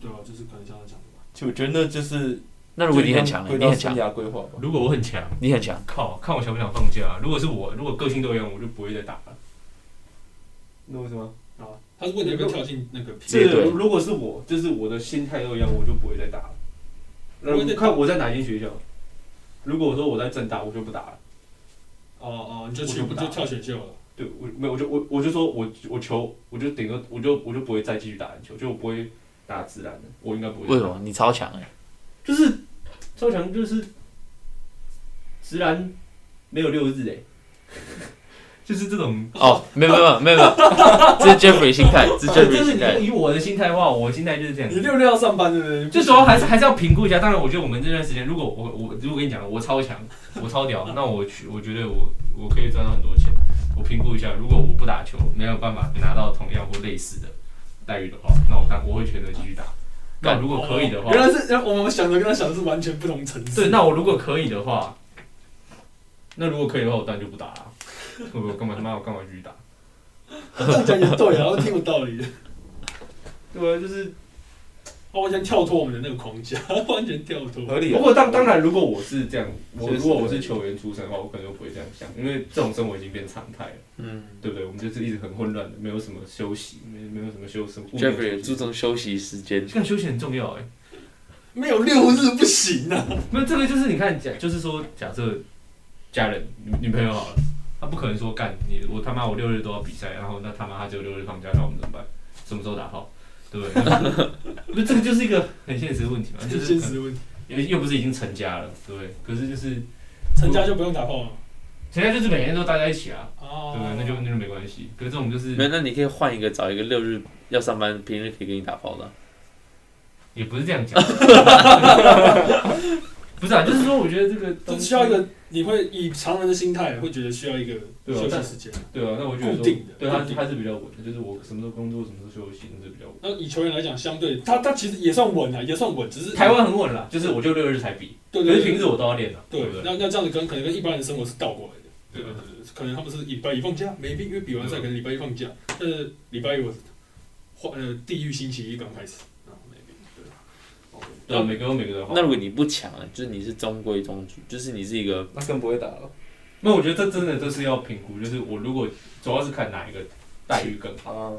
Speaker 1: 对啊，就是可能像他讲的吧。
Speaker 6: 就我觉得那就是
Speaker 3: 那如果你很强呢
Speaker 6: 回？
Speaker 3: 你
Speaker 6: 到
Speaker 3: 很
Speaker 6: 生
Speaker 3: 强，
Speaker 6: 涯规划吧。
Speaker 7: 如果我很强，
Speaker 3: 你很强，
Speaker 7: 靠，看我想不想放假啊、如果是我，如果个性都一样，我就不会再打了。
Speaker 2: 那为什么？
Speaker 1: 然后他是问你有没有跳进那个
Speaker 3: 职业
Speaker 2: 这
Speaker 3: 队
Speaker 2: 个如果是我，就是我的心态都一样，我就不会再打了。
Speaker 1: 不会再
Speaker 2: 那
Speaker 1: 打
Speaker 2: 看我在哪间学校。如果我说我在正大，我就不打了。
Speaker 1: 哦哦，你就去
Speaker 2: 我就不
Speaker 1: 你
Speaker 2: 打
Speaker 1: 就跳选秀了。
Speaker 2: 对，我没有，我就我我就说我我球，我就顶多我就我就不会再继续打篮球，就我不会打直篮的，我应该不会。
Speaker 3: 为什？么？你超强哎、
Speaker 2: 就是超强，就是直篮没有六 [LAUGHS] 日哎、
Speaker 7: 就是这种
Speaker 3: 哦，没有没有没有没有，这是 Jeffrey 心态，这是
Speaker 2: 欸，就
Speaker 3: Jeffrey
Speaker 2: 是
Speaker 3: 心态
Speaker 2: 你。以我的心态的话，我的心态就是这样。
Speaker 1: 你六六要上班对不对？
Speaker 2: 这时候还是还是要评估一下。当然，我觉得我们这段时间，如果我我如果跟你讲我超 [LAUGHS] 强，我超屌，那我去，我觉得我我可以赚到很多钱。我评估一下，如果我不打球，没有办法拿到同样或类似的待遇的话，那我当我会选择继续打。那如果可以的话，
Speaker 1: 原来是原来我们想的跟他想的是完全不同层次。 [LAUGHS]
Speaker 2: 对，那我如果可以的话，那如果可以的话，我当然就不打了。我干嘛他妈我干嘛继续打？
Speaker 1: 这样讲也对啊，然后挺有道理的。
Speaker 2: 对啊，就是
Speaker 1: 他完全跳脱我们的那个框架， [LAUGHS] 完全跳脱。
Speaker 6: 合理啊。
Speaker 2: 不过当当然，如果我是这样，我
Speaker 6: 确实
Speaker 2: 如果我是球员出身的话，我可能就不会这样想，因为这种生活已经变常态了。
Speaker 1: 嗯，
Speaker 2: 对不对？我们就是一直很混乱的，没有什么休息，没没有什么休什么。
Speaker 3: Jeffrey 注重休息时间，
Speaker 2: 看休息很重要哎、
Speaker 1: 没有六日不行啊。
Speaker 2: 没有这个就是你看假，就是说假设家人女女朋友好了，她不可能说干你我他妈我六日都要比赛，然后那他妈她只有六日放假，那我们怎么办？什么时候打炮？对不对？
Speaker 3: [LAUGHS]
Speaker 2: 那这个就是一个很现实的问题嘛， [LAUGHS] 就
Speaker 1: 这
Speaker 2: 是
Speaker 1: 现
Speaker 2: 可能
Speaker 1: 实问题，
Speaker 2: 又又不是已经成家了，对不对？可是就是
Speaker 1: 成家就不用打炮了。
Speaker 2: 成家就是每天都待在一起啊，对
Speaker 1: 哦
Speaker 2: 不对？那就那就没关系。可是这种就是
Speaker 3: 没有，那你可以换一个，找一个六日要上班，平日可以给你打炮的啊。
Speaker 1: [LAUGHS]
Speaker 2: 也不是这样讲，不是啊，就是说我觉得这个
Speaker 1: 这
Speaker 2: 东西
Speaker 1: 需要一个你会以常人的心态会觉得需要一个
Speaker 2: 对啊
Speaker 1: 休息
Speaker 2: 但
Speaker 1: 时间。
Speaker 2: 对啊，那我觉得说
Speaker 1: 固定的
Speaker 2: 对他
Speaker 1: 固定
Speaker 2: 他是比较稳的，就是我什么时候工作，什么时候休息，那是比较稳。
Speaker 1: 那以球员来讲，相对他他其实也算稳啊，也算稳，只是
Speaker 2: 台湾很稳啦，就是我就六日才比，
Speaker 1: 对
Speaker 2: 可
Speaker 1: 对
Speaker 2: 是
Speaker 1: 对
Speaker 2: 平时我都要练的，
Speaker 1: 对
Speaker 2: 不，对？
Speaker 1: 那那这样子跟可能跟一般人生活是倒过来的，对
Speaker 2: 对
Speaker 1: 对
Speaker 2: 啊
Speaker 1: 对，可能他们是礼拜一放假，没病，因为比完赛
Speaker 2: 对啊
Speaker 1: 可能礼拜一放假，但是礼拜一我换呃地狱星期一刚开始，啊没病，对啊，OK，
Speaker 2: 对啊，每个有每个的好
Speaker 3: 那。如果你不强啊，就是你是中规中矩，就是你是一个
Speaker 6: 那更不会打了。
Speaker 2: 那我觉得这真的就是要评估，就是我如果主要是看哪一个待遇更好。
Speaker 6: 啊，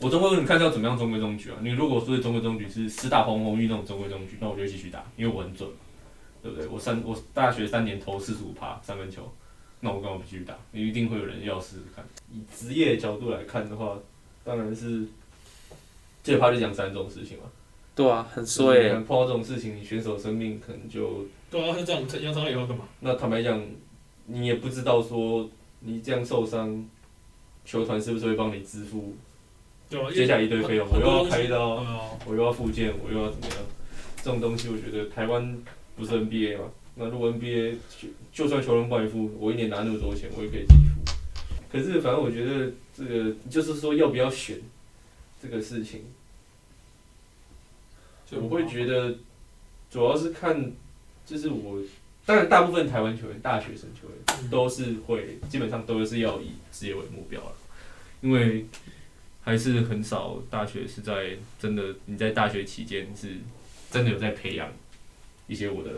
Speaker 2: 我中规中矩看是要怎么样中规中矩啊？你如果说的中规中矩是四大红红玉那种中规中矩，那我就会继续打，因为我很准，对不对？我三我大学三年投四十五趴三分球，那我干嘛不继续打？一定会有人要试试看。以职业角度来看的话，当然是最怕就讲三种事情嘛。
Speaker 3: 对啊，很衰、
Speaker 2: 你
Speaker 3: 欸。
Speaker 2: 能碰到这种事情，你选手生命可能就
Speaker 1: 对啊，那这样杨长以后干嘛？
Speaker 2: 那坦白讲，你也不知道说你这样受伤，球团是不是会帮你支付
Speaker 1: 对啊，
Speaker 2: 接下来一堆费用？我又要开刀，
Speaker 1: 啊，
Speaker 2: 我又要复健，我又要怎么样？这种东西，我觉得台湾不是 NBA 嘛？那如果 NBA 就就算球员帮你付，我一年拿那么多钱，我也可以自己付。可是反正我觉得这个就是说要不要选这个事情，
Speaker 1: 就
Speaker 2: 我会觉得主要是看，就是我，当然大部分台湾球员、大学生球员都是会，基本上都是要以职业为目标了，因为还是很少大学是在真的你在大学期间是真的有在培养一些我的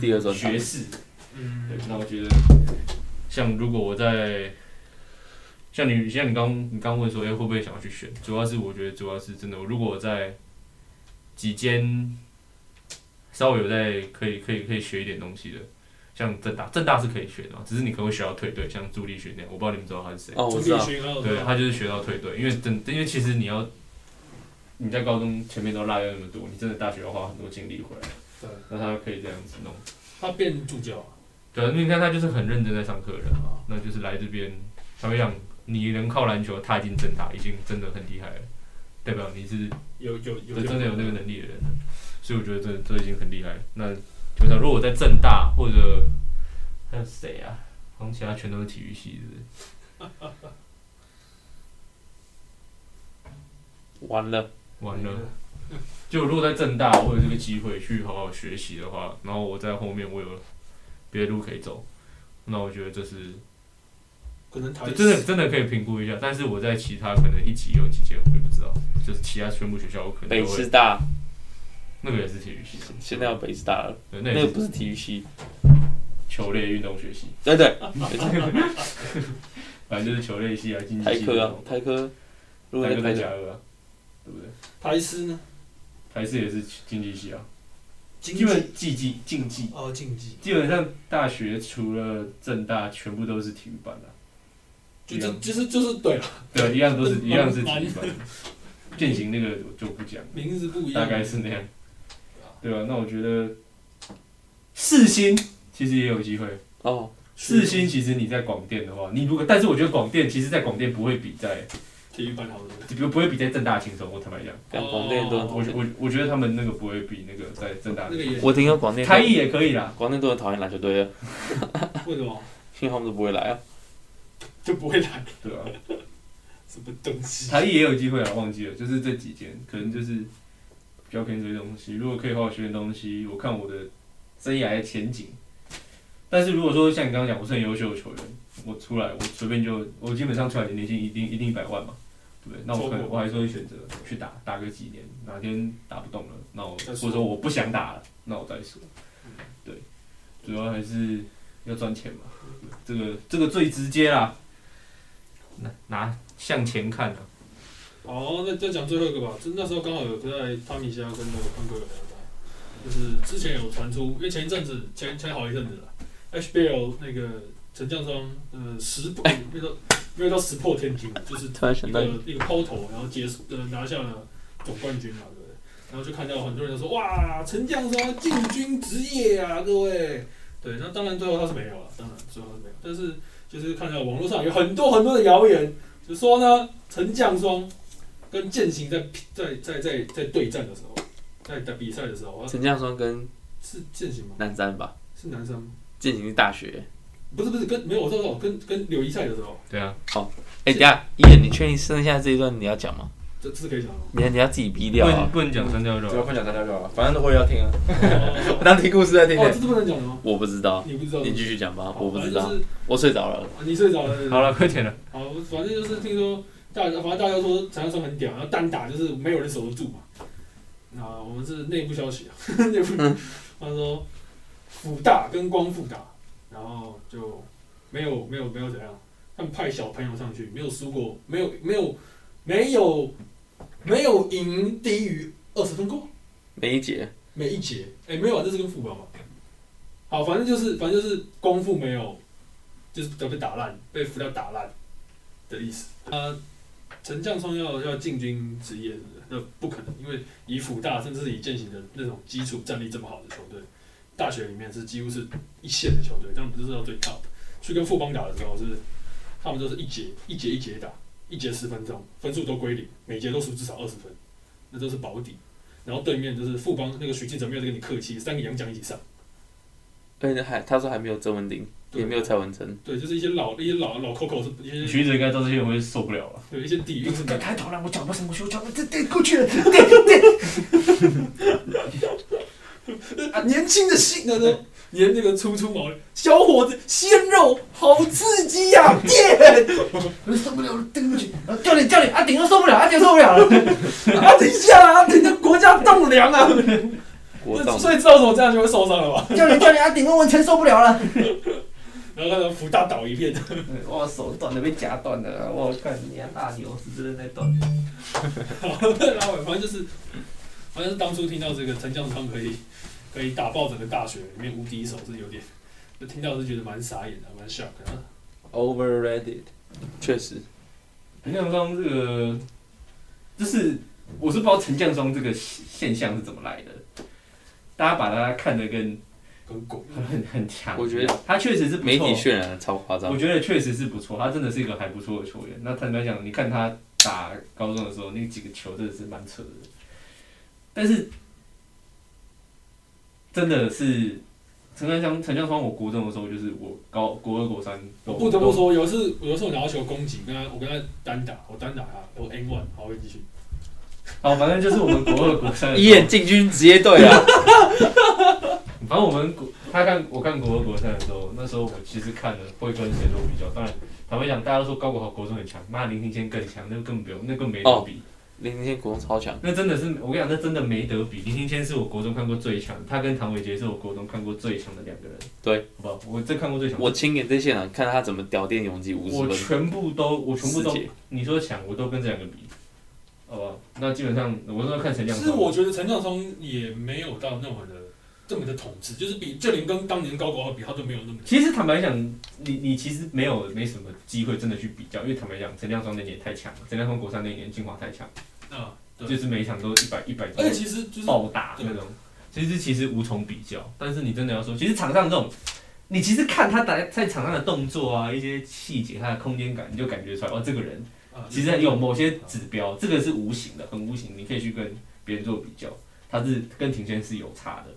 Speaker 3: 第二种
Speaker 2: 学士，对
Speaker 1: 嗯，，
Speaker 2: 那我觉得像如果我在。像你，像你刚你刚问说，哎、会不会想要去选？主要是我觉得，主要是真的，如果我在几间稍微有在可以可以可以学一点东西的，像正大，正大是可以学的啊嘛，只是你可能会学到退队，像朱立群那样，我不知道你们知道他是谁。
Speaker 3: 哦，我知
Speaker 1: 朱立啊
Speaker 3: 道，
Speaker 1: 群还有
Speaker 2: 对他就是学到退队，因为真因为其实你要你在高中前面都落掉那么多，你真的大学要花很多精力回来，
Speaker 1: 对
Speaker 2: 那他可以这样子弄。
Speaker 1: 他变啊助教啊，
Speaker 2: 对，因为你看他就是很认真在上课的人嘛，那就是来这边，他会想你能靠篮球踏进正大，已经真的很厉害了，代表你是
Speaker 1: 有有有
Speaker 2: 对，真的有那个能力的人了，所以我觉得这这已经很厉害。那就像如果我在正大或者还有谁啊，好像其他全都是体育系，是不是？
Speaker 3: 完了，
Speaker 2: 完了，就如果在正大我有这个机会去好好学习的话，然后我在后面我有别的路可以走，那我觉得这是
Speaker 1: 可能台
Speaker 2: 就真的真的可以评估一下。但是我在其他可能一级有几间我也不知道，就是其他全部学校我可能
Speaker 3: 北
Speaker 2: 都
Speaker 3: 师
Speaker 2: 会
Speaker 3: 大
Speaker 2: 那个也是体育系啊，
Speaker 3: 现在要北师大了，
Speaker 2: 对，那
Speaker 3: 那
Speaker 2: 也
Speaker 3: 个
Speaker 2: 是
Speaker 3: 不是体育系，
Speaker 2: 球类运动学系，
Speaker 3: 对对，
Speaker 2: 反正就是球类系啊，经济
Speaker 3: 台
Speaker 2: 系
Speaker 3: 科
Speaker 2: 这
Speaker 3: 啊
Speaker 2: 种，
Speaker 3: 台科，如果
Speaker 2: 台
Speaker 3: 在
Speaker 2: 科跟
Speaker 3: 台科
Speaker 2: 甲二啊，对不对？
Speaker 1: 台师呢，
Speaker 2: 台式也是经济系啊，
Speaker 1: 经
Speaker 2: 基本竞技竞技，
Speaker 1: 哦竞技，
Speaker 2: 基本上大学除了正大，全部都是体育班的、
Speaker 1: 就就就是就是对了，
Speaker 2: 对，一样都是
Speaker 1: 嗯
Speaker 2: 一样是体育班。践行那个我就不讲，
Speaker 1: 名字不一样，
Speaker 2: 大概是那样，对啊吧、那我觉得四星其实也有机会。
Speaker 3: 哦，
Speaker 2: 四星其实你在广电的话，你如果，但是我觉得广电其实，在广电不会比在，
Speaker 1: 体育班好的。
Speaker 2: 不不会比在正大轻松。我坦白讲，
Speaker 3: 干广电都很
Speaker 2: 我
Speaker 3: 讨
Speaker 2: 觉
Speaker 3: 厌，
Speaker 2: 我我觉得他们那个不会比那个在正大
Speaker 1: 那个也
Speaker 3: 哦我听说广电都
Speaker 2: 台艺也可以啦，
Speaker 3: 广电都很讨厌篮球队啊，
Speaker 1: 为什么
Speaker 3: 因为他们都不会来啊，
Speaker 1: 就不会来？
Speaker 2: 对啊吧、
Speaker 1: 什么东西？
Speaker 2: 台艺也有机会啊，忘记了，就是这几间，可能就是比较偏这些东西。如果可以好好学点东西，我看我的生涯的前景。但是如果说像你刚刚讲，我是很优秀的球员，我出来我随便就，我基本上出来年薪一定一定一百万嘛，对不对？那我可能
Speaker 1: 超过
Speaker 2: 我还是会选择去打，打个几年，哪天打不动了，那我
Speaker 1: 再
Speaker 2: 或
Speaker 1: 说嗯
Speaker 2: 者说我不想打了，那我再说。对，主要还是要赚钱嘛，这个这个最直接啦，拿拿向前看啊。
Speaker 1: 好，那再讲最后一个吧。就那时候刚好有在汤米家跟那个潘哥有聊到，就是之前有传出，因为前一阵子前前好一阵子了，HBL 那个陈将双，呃，石破没有到没有到石破天惊，就是
Speaker 3: 突然想
Speaker 1: 一
Speaker 3: 到
Speaker 1: 个，一个抛投，然后结束呃拿下了总冠军嘛，对不对？然后就看到很多人都说哇，陈将双进军职业啊，各位。对，那当然最后他是没有了，当然最后他是没有，但是就是看到网络上有很多很多的谣言，就说呢，陈将双跟践行在在在在在对战的时候，在打比赛的时候，
Speaker 3: 陈将双跟
Speaker 1: 是践行吗？
Speaker 3: 南山吧，
Speaker 1: 是男生吗？
Speaker 3: 进行大学。
Speaker 1: 不是不是，跟没有我说我跟跟友谊赛的时候，
Speaker 2: 对啊，
Speaker 3: 哎、等一下，一眼，你确定剩下这一段你要讲吗？
Speaker 1: 这这是可以讲的吗
Speaker 3: 你你要自己逼
Speaker 2: 不
Speaker 3: 掉
Speaker 2: 能
Speaker 3: 啊！
Speaker 2: 不能讲三教
Speaker 6: 只要
Speaker 2: 肉，
Speaker 6: 分享参加就好了，反正我也要听啊，
Speaker 3: [LAUGHS]
Speaker 6: [LAUGHS]
Speaker 1: 哦，
Speaker 6: 当听故事在听
Speaker 1: 哦这
Speaker 6: 的。
Speaker 1: 是不能讲的吗？
Speaker 3: 我不知道，
Speaker 1: 你不知道？
Speaker 3: 你继续讲吧，
Speaker 1: 好
Speaker 3: 我不知
Speaker 1: 反
Speaker 3: 道
Speaker 1: 正，就是
Speaker 3: 我睡着了。
Speaker 1: 啊你睡着了。
Speaker 2: 好了，快点了，
Speaker 1: 好，反正就是听说大家，反正大家说陈耀生很屌，然后单打就是没有人守得住嘛。那我们是内部消息啊， [LAUGHS] 内部他说辅大跟光复打，然后就没有没有没有怎样，他们派小朋友上去，没有输过，没有没有没有没有赢低于二十分过
Speaker 3: 每一节
Speaker 1: 每一节，哎、没有啊，这是跟副保嘛。好，反正就是反正就是功夫没有，就是被打烂，被辅导打烂的意思。呃，陈将聪要要进军职业，那不可能，因为以辅大甚至是以践行的那种基础战力这么好的球队，大学里面是几乎是一线的球队，当然不是到最 top。去跟富邦打的时候是，他们就是一节一节一节打，一节十分钟，分数都归零，每节都输至少二十分，那都是保底。然后对面就是富邦那个许晋哲没有在跟你客气，三个洋将一起上，
Speaker 3: 而哎且还他说还没有郑文鼎，
Speaker 1: 对
Speaker 3: 也没有蔡文成，
Speaker 1: 对，就是一些老一些老老 Coco 是一些
Speaker 2: 橘子应该到这些我会受不了了。
Speaker 1: 有一些底蕴是没有
Speaker 7: 开头了，我脚不伸过去，我脚这这过去了。
Speaker 1: [LAUGHS] 啊，年轻的心，那都连那个初出茅小伙子鲜肉，好刺激 [LAUGHS] 呀、
Speaker 7: 我受不了了，对不起，教练教练，阿顶又受不了，阿顶受不了
Speaker 2: [LAUGHS]
Speaker 7: 了。
Speaker 1: 啊，等一下啊，等一下国家栋梁啊，
Speaker 3: 国栋
Speaker 1: 所以知道怎么这样就会受伤了吧？
Speaker 7: 教练教练，阿顶跟文成受不了了。
Speaker 1: 然后他们福大倒一片， [LAUGHS]
Speaker 6: 哇，手断了，被夹断了，我看你家大牛是真的在断。
Speaker 1: 然后反正就是，反正是当初听到这个陈将昌可以可以打爆整个大学里面无敌手是有点，就听到是觉得蛮傻眼的，蛮 shock 的。
Speaker 6: Overrated，
Speaker 3: 确实
Speaker 2: 陈将双这个，就是我是不知道陈将双这个现象是怎么来的，大家把他看得跟
Speaker 1: 跟狗
Speaker 2: 很很很强，
Speaker 3: 我觉得
Speaker 2: 他确实是不
Speaker 3: 媒体
Speaker 2: 错。
Speaker 3: 渲染的超夸
Speaker 2: 我
Speaker 3: 张，
Speaker 2: 觉得确实是不错，他真的是一个还不错的球员。那坦白讲，你看他打高中的时候，那几个球真的是蛮扯的，但是真的是陈冠香、陈冠双，我国中的时候就是我高国二、国三都
Speaker 1: 我不得不，说，有一次有一次我拿到球攻击，跟他我跟他单打，我单打他，我 N one，好，我会继续。
Speaker 2: 好，反正就是我们国二、国三的时候， [LAUGHS]
Speaker 3: 一眼进军职业队
Speaker 1: [LAUGHS]
Speaker 3: 啊！
Speaker 2: 反正我们国他看我看国二国三的时候，那时候我其实看了会跟谁都比较，当然坦白讲，大家都说高国豪国中很强，妈林庭谦更强，那更不用，那更没得比。
Speaker 3: 林林天国栋超强，
Speaker 2: 那真的是我跟你讲，那真的没得比。林庭谦是我国中看过最强，他跟唐伟杰是我国中看过最强的两个人。
Speaker 3: 对，
Speaker 2: 好不好？我这看过最强，
Speaker 3: 我亲眼在现场看他怎么屌电永吉五
Speaker 2: 我
Speaker 3: 十分，
Speaker 2: 全部都我全部都
Speaker 3: 世界，
Speaker 2: 你说强我都跟这两个比，好不好？那基本上我都看陈
Speaker 1: 其
Speaker 2: 亮。
Speaker 1: 实我觉得陈教聪也没有到那么的这么的统治，就是比就连跟当年高国豪比，他都没有那么。
Speaker 2: 其实坦白讲，你你其实没有没什么机会真的去比较，因为坦白讲，陈亮双那年太强了，陈亮双国三那一年进化太强，
Speaker 1: 啊，对
Speaker 2: 就是每一场都一百一百多
Speaker 1: 而且其实就是
Speaker 2: 暴打
Speaker 1: 对
Speaker 2: 那种。其实其实无从比较，但是你真的要说，其实场上这种，你其实看他打在场上的动作啊，一些细节，他的空间感，你就感觉出来哦，这个人
Speaker 1: 啊
Speaker 2: 其实有某些指标，这个是无形的，很无形，你可以去跟别人做比较，他是跟庭谦是有差的，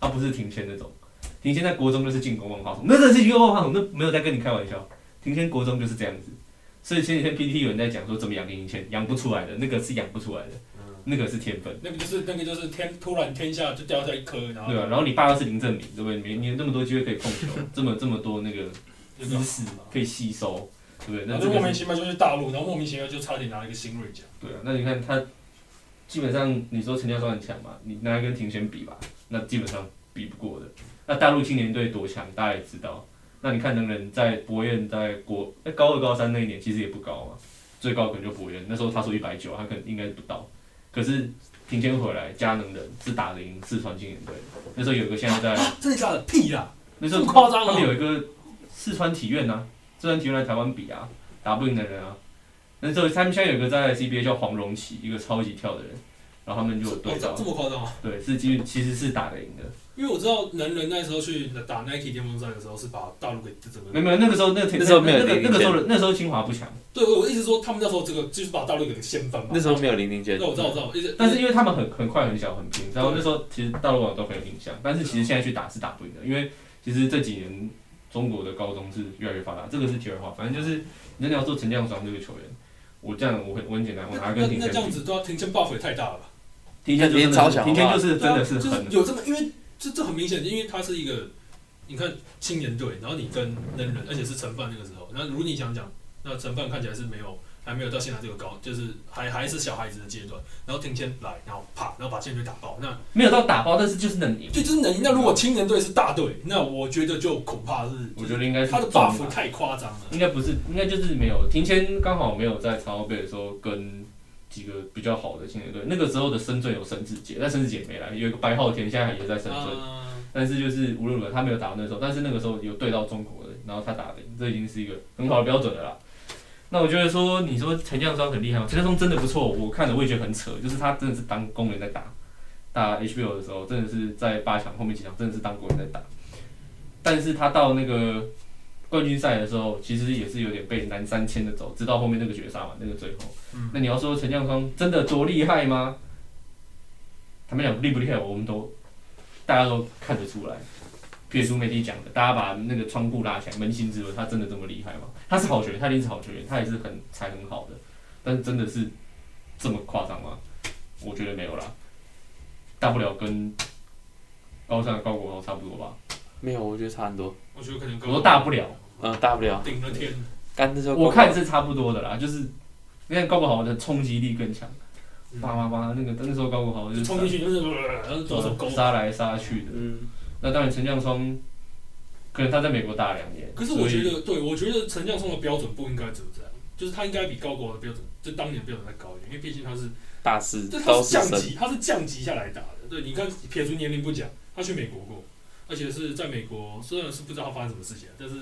Speaker 2: 他不是庭谦那种，庭谦在国中就是进攻万花筒，那真的是进攻万花筒，那没有在跟你开玩笑，庭谦国中就是这样子，所以前几天 PPT 有人在讲说怎么养庭谦，养不出来的，那个是养不出来的，
Speaker 1: 嗯
Speaker 2: 那个是天分。
Speaker 1: 那个就是那个就是天突然天下就掉下一颗，然后
Speaker 2: 对啊，然后你爸又是林正明，对不对？你你有那么多机会可以控 [LAUGHS] 球，这么这么多那个
Speaker 1: 那
Speaker 2: 知
Speaker 1: 个
Speaker 2: 识啊可以吸收，对不对？啊那
Speaker 1: 然后
Speaker 2: 这
Speaker 1: 就莫名
Speaker 2: 个
Speaker 1: 其
Speaker 2: 是
Speaker 1: 妙就去大陆，然后莫名其妙就差点拿了一个新锐奖。
Speaker 2: 对啊。那你看他基本上，你说陈教授很强嘛，你拿来跟庭轩比吧，那基本上比不过的。那大陆青年队多强，大家也知道。那你看能人在博彦在国在高二高三那一年其实也不高嘛，最高可能就博彦，那时候他说一百九，他可能应该不到。可是庭轩回来，加能人是打得赢四川青年队，那时候有个现在在。
Speaker 1: 啊真的假的？屁啦！
Speaker 2: 那时候
Speaker 1: 这么夸张啊
Speaker 2: 他们有一个四川体院呐、啊，四川体院来台湾比啊，打不赢的人啊。那时候他们现在有一个在 CBA 叫黄荣奇，一个超级跳的人，然后他们就有对
Speaker 1: 哦这
Speaker 2: 照
Speaker 1: 这，么嗯夸张啊？
Speaker 2: 对，是其实其实是打得赢的。
Speaker 1: 因为我知道能人那时候去打 Nike 电风扇的时候，是把大陆给整个
Speaker 2: 没有没有，那个时候那个
Speaker 3: 那时候没有
Speaker 2: 那个
Speaker 3: 零零
Speaker 2: 那个时候的那时候清华不强，
Speaker 1: 对，我我一直说他们那时候这个就是把大陆给掀翻嘛。
Speaker 3: 那时候没有林林杰
Speaker 1: 那，我知道，我知道，一直
Speaker 2: 但是因为他们很很快很小很拼，然后那时候其实大陆网都很有影响，但是其实现在去打是打不赢的，因为其实这几年中国的高中是越来越发达，这个是题外话。反正就是你真的要做陈亮双这个球员，我这样我很我很简单，我拿
Speaker 1: 那
Speaker 2: 跟
Speaker 1: 那
Speaker 2: 庭
Speaker 1: 那
Speaker 2: 谦
Speaker 1: 这样
Speaker 2: 比，
Speaker 1: 子，对啊，庭前 buff 也太大了吧？
Speaker 2: 庭谦就真
Speaker 3: 庭谦
Speaker 2: 的
Speaker 3: 超强
Speaker 2: 庭谦
Speaker 3: 好不好
Speaker 2: 就是真的是
Speaker 1: 对啊
Speaker 2: 很
Speaker 1: 就是有这么，因为这这很明显，因为他是一个，你看青年队，然后你跟能人，而且是陈范那个时候，那如你想讲，那陈范看起来是没有，还没有到现在这个高，就是还还是小孩子的阶段，然后庭谦来，然后啪，然后把青年队打爆，那
Speaker 2: 没有到打包，但是就是能赢。
Speaker 1: 就就是能赢。那如果青年队是大队，那我觉得就恐怕是，
Speaker 2: 我觉得应该是
Speaker 1: 他的
Speaker 2: 重吧
Speaker 1: buff 太夸张
Speaker 2: [LAUGHS]
Speaker 1: 了。
Speaker 2: 应该不是，应该就是没有。庭谦刚好没有在残奥杯的时候跟几个比较好的青年队，那个时候的深圳有沈志杰，但沈志杰没来，有一个白浩天现在也在深圳，
Speaker 1: 啊，
Speaker 2: 但是就是无论如何他没有打到那时候，但是那个时候有对到中国的，然后他打的，这已经是一个很好的标准了啦。那我觉得说，你说陈将双很厉害吗？陈将双真的不错，我看了我也觉得很扯，就是他真的是当工人在打，打 HBO 的时候真的是在八强后面几场真的是当工人在打，但是他到那个冠军赛的时候，其实也是有点被南山牵着走，直到后面那个绝杀嘛，那个最后。
Speaker 1: 嗯
Speaker 2: 那你要说陈将双真的多厉害吗？他们讲厉不厉害，我们都大家都看得出来。撇除媒体讲的，大家把那个窗户拉起来，扪心自问，他真的这么厉害吗？他是好球员，他一定是好球员，他也是很才很好的，但是真的是这么夸张吗？我觉得没有啦，大不了跟高三的高国豪差不多吧。
Speaker 3: 没有，我觉得差很多。
Speaker 1: 我觉得可能
Speaker 2: 我说大不了
Speaker 3: 嗯，大不了，
Speaker 1: 顶了天。
Speaker 3: 干那时候
Speaker 2: 我看是差不多的啦，就是因为高国豪的冲击力更强，
Speaker 1: 嗯
Speaker 2: 叭叭叭，那个那时候高国豪就是
Speaker 1: 冲进去就是，然后左手勾。
Speaker 2: 嗯杀来杀去的。
Speaker 3: 嗯，
Speaker 2: 那当然陈将双，可能他在美国打了两年，
Speaker 1: 可是
Speaker 2: 所
Speaker 1: 我
Speaker 2: 以
Speaker 1: 觉得，对我觉得陈将松的标准不应该只有这样，就是他应该比高国豪的标准，就当年标准再高一点，因为毕竟他是，
Speaker 3: 大四
Speaker 1: 这他
Speaker 3: 高
Speaker 1: 是
Speaker 3: 四
Speaker 1: 降
Speaker 3: 生，
Speaker 1: 级，他是降级下来打的。对，你看撇除年龄不讲，他去美国过，而且是在美国，虽然是不知道他发生什么事情啊，但是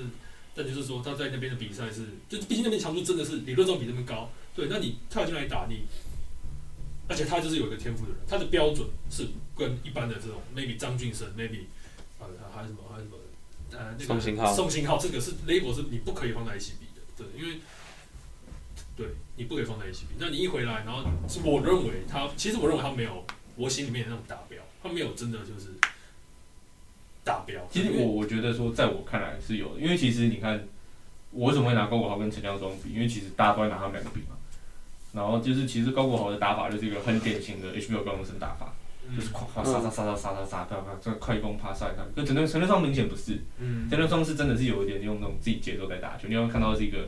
Speaker 1: 但就是说他在那边的比赛是，就毕竟那边强度真的是理论上比这边高。对，那你跳进来打你，而且他就是有一个天赋的人，他的标准是跟一般的这种 maybe 张俊生 maybe 呃还有什么还有什么呃那个
Speaker 3: 宋兴浩
Speaker 1: 宋兴浩这个是 label 是你不可以放在一起比的，对，因为对你不可以放在一起比。那你一回来，然后是我认为他其实我认为他没有我心里面的那种达标，他没有真的就是达标。
Speaker 2: 其实
Speaker 1: 因为
Speaker 2: 我我觉得说，在我看来是有的，因为其实你看，我为什么会拿高国豪跟陈江双比？因为其实大家都在拿他们两个比嘛。然后就是，其实高国豪的打法就是一个很典型的 HBO 高中生打法，
Speaker 1: 嗯
Speaker 2: 就是夸夸杀杀杀杀杀杀杀，啪啪，这快攻趴杀一下。可陈亮陈亮双明显不是，
Speaker 1: 嗯
Speaker 2: 陈亮双是真的是有一点用那种自己节奏在打球，你会看到是一个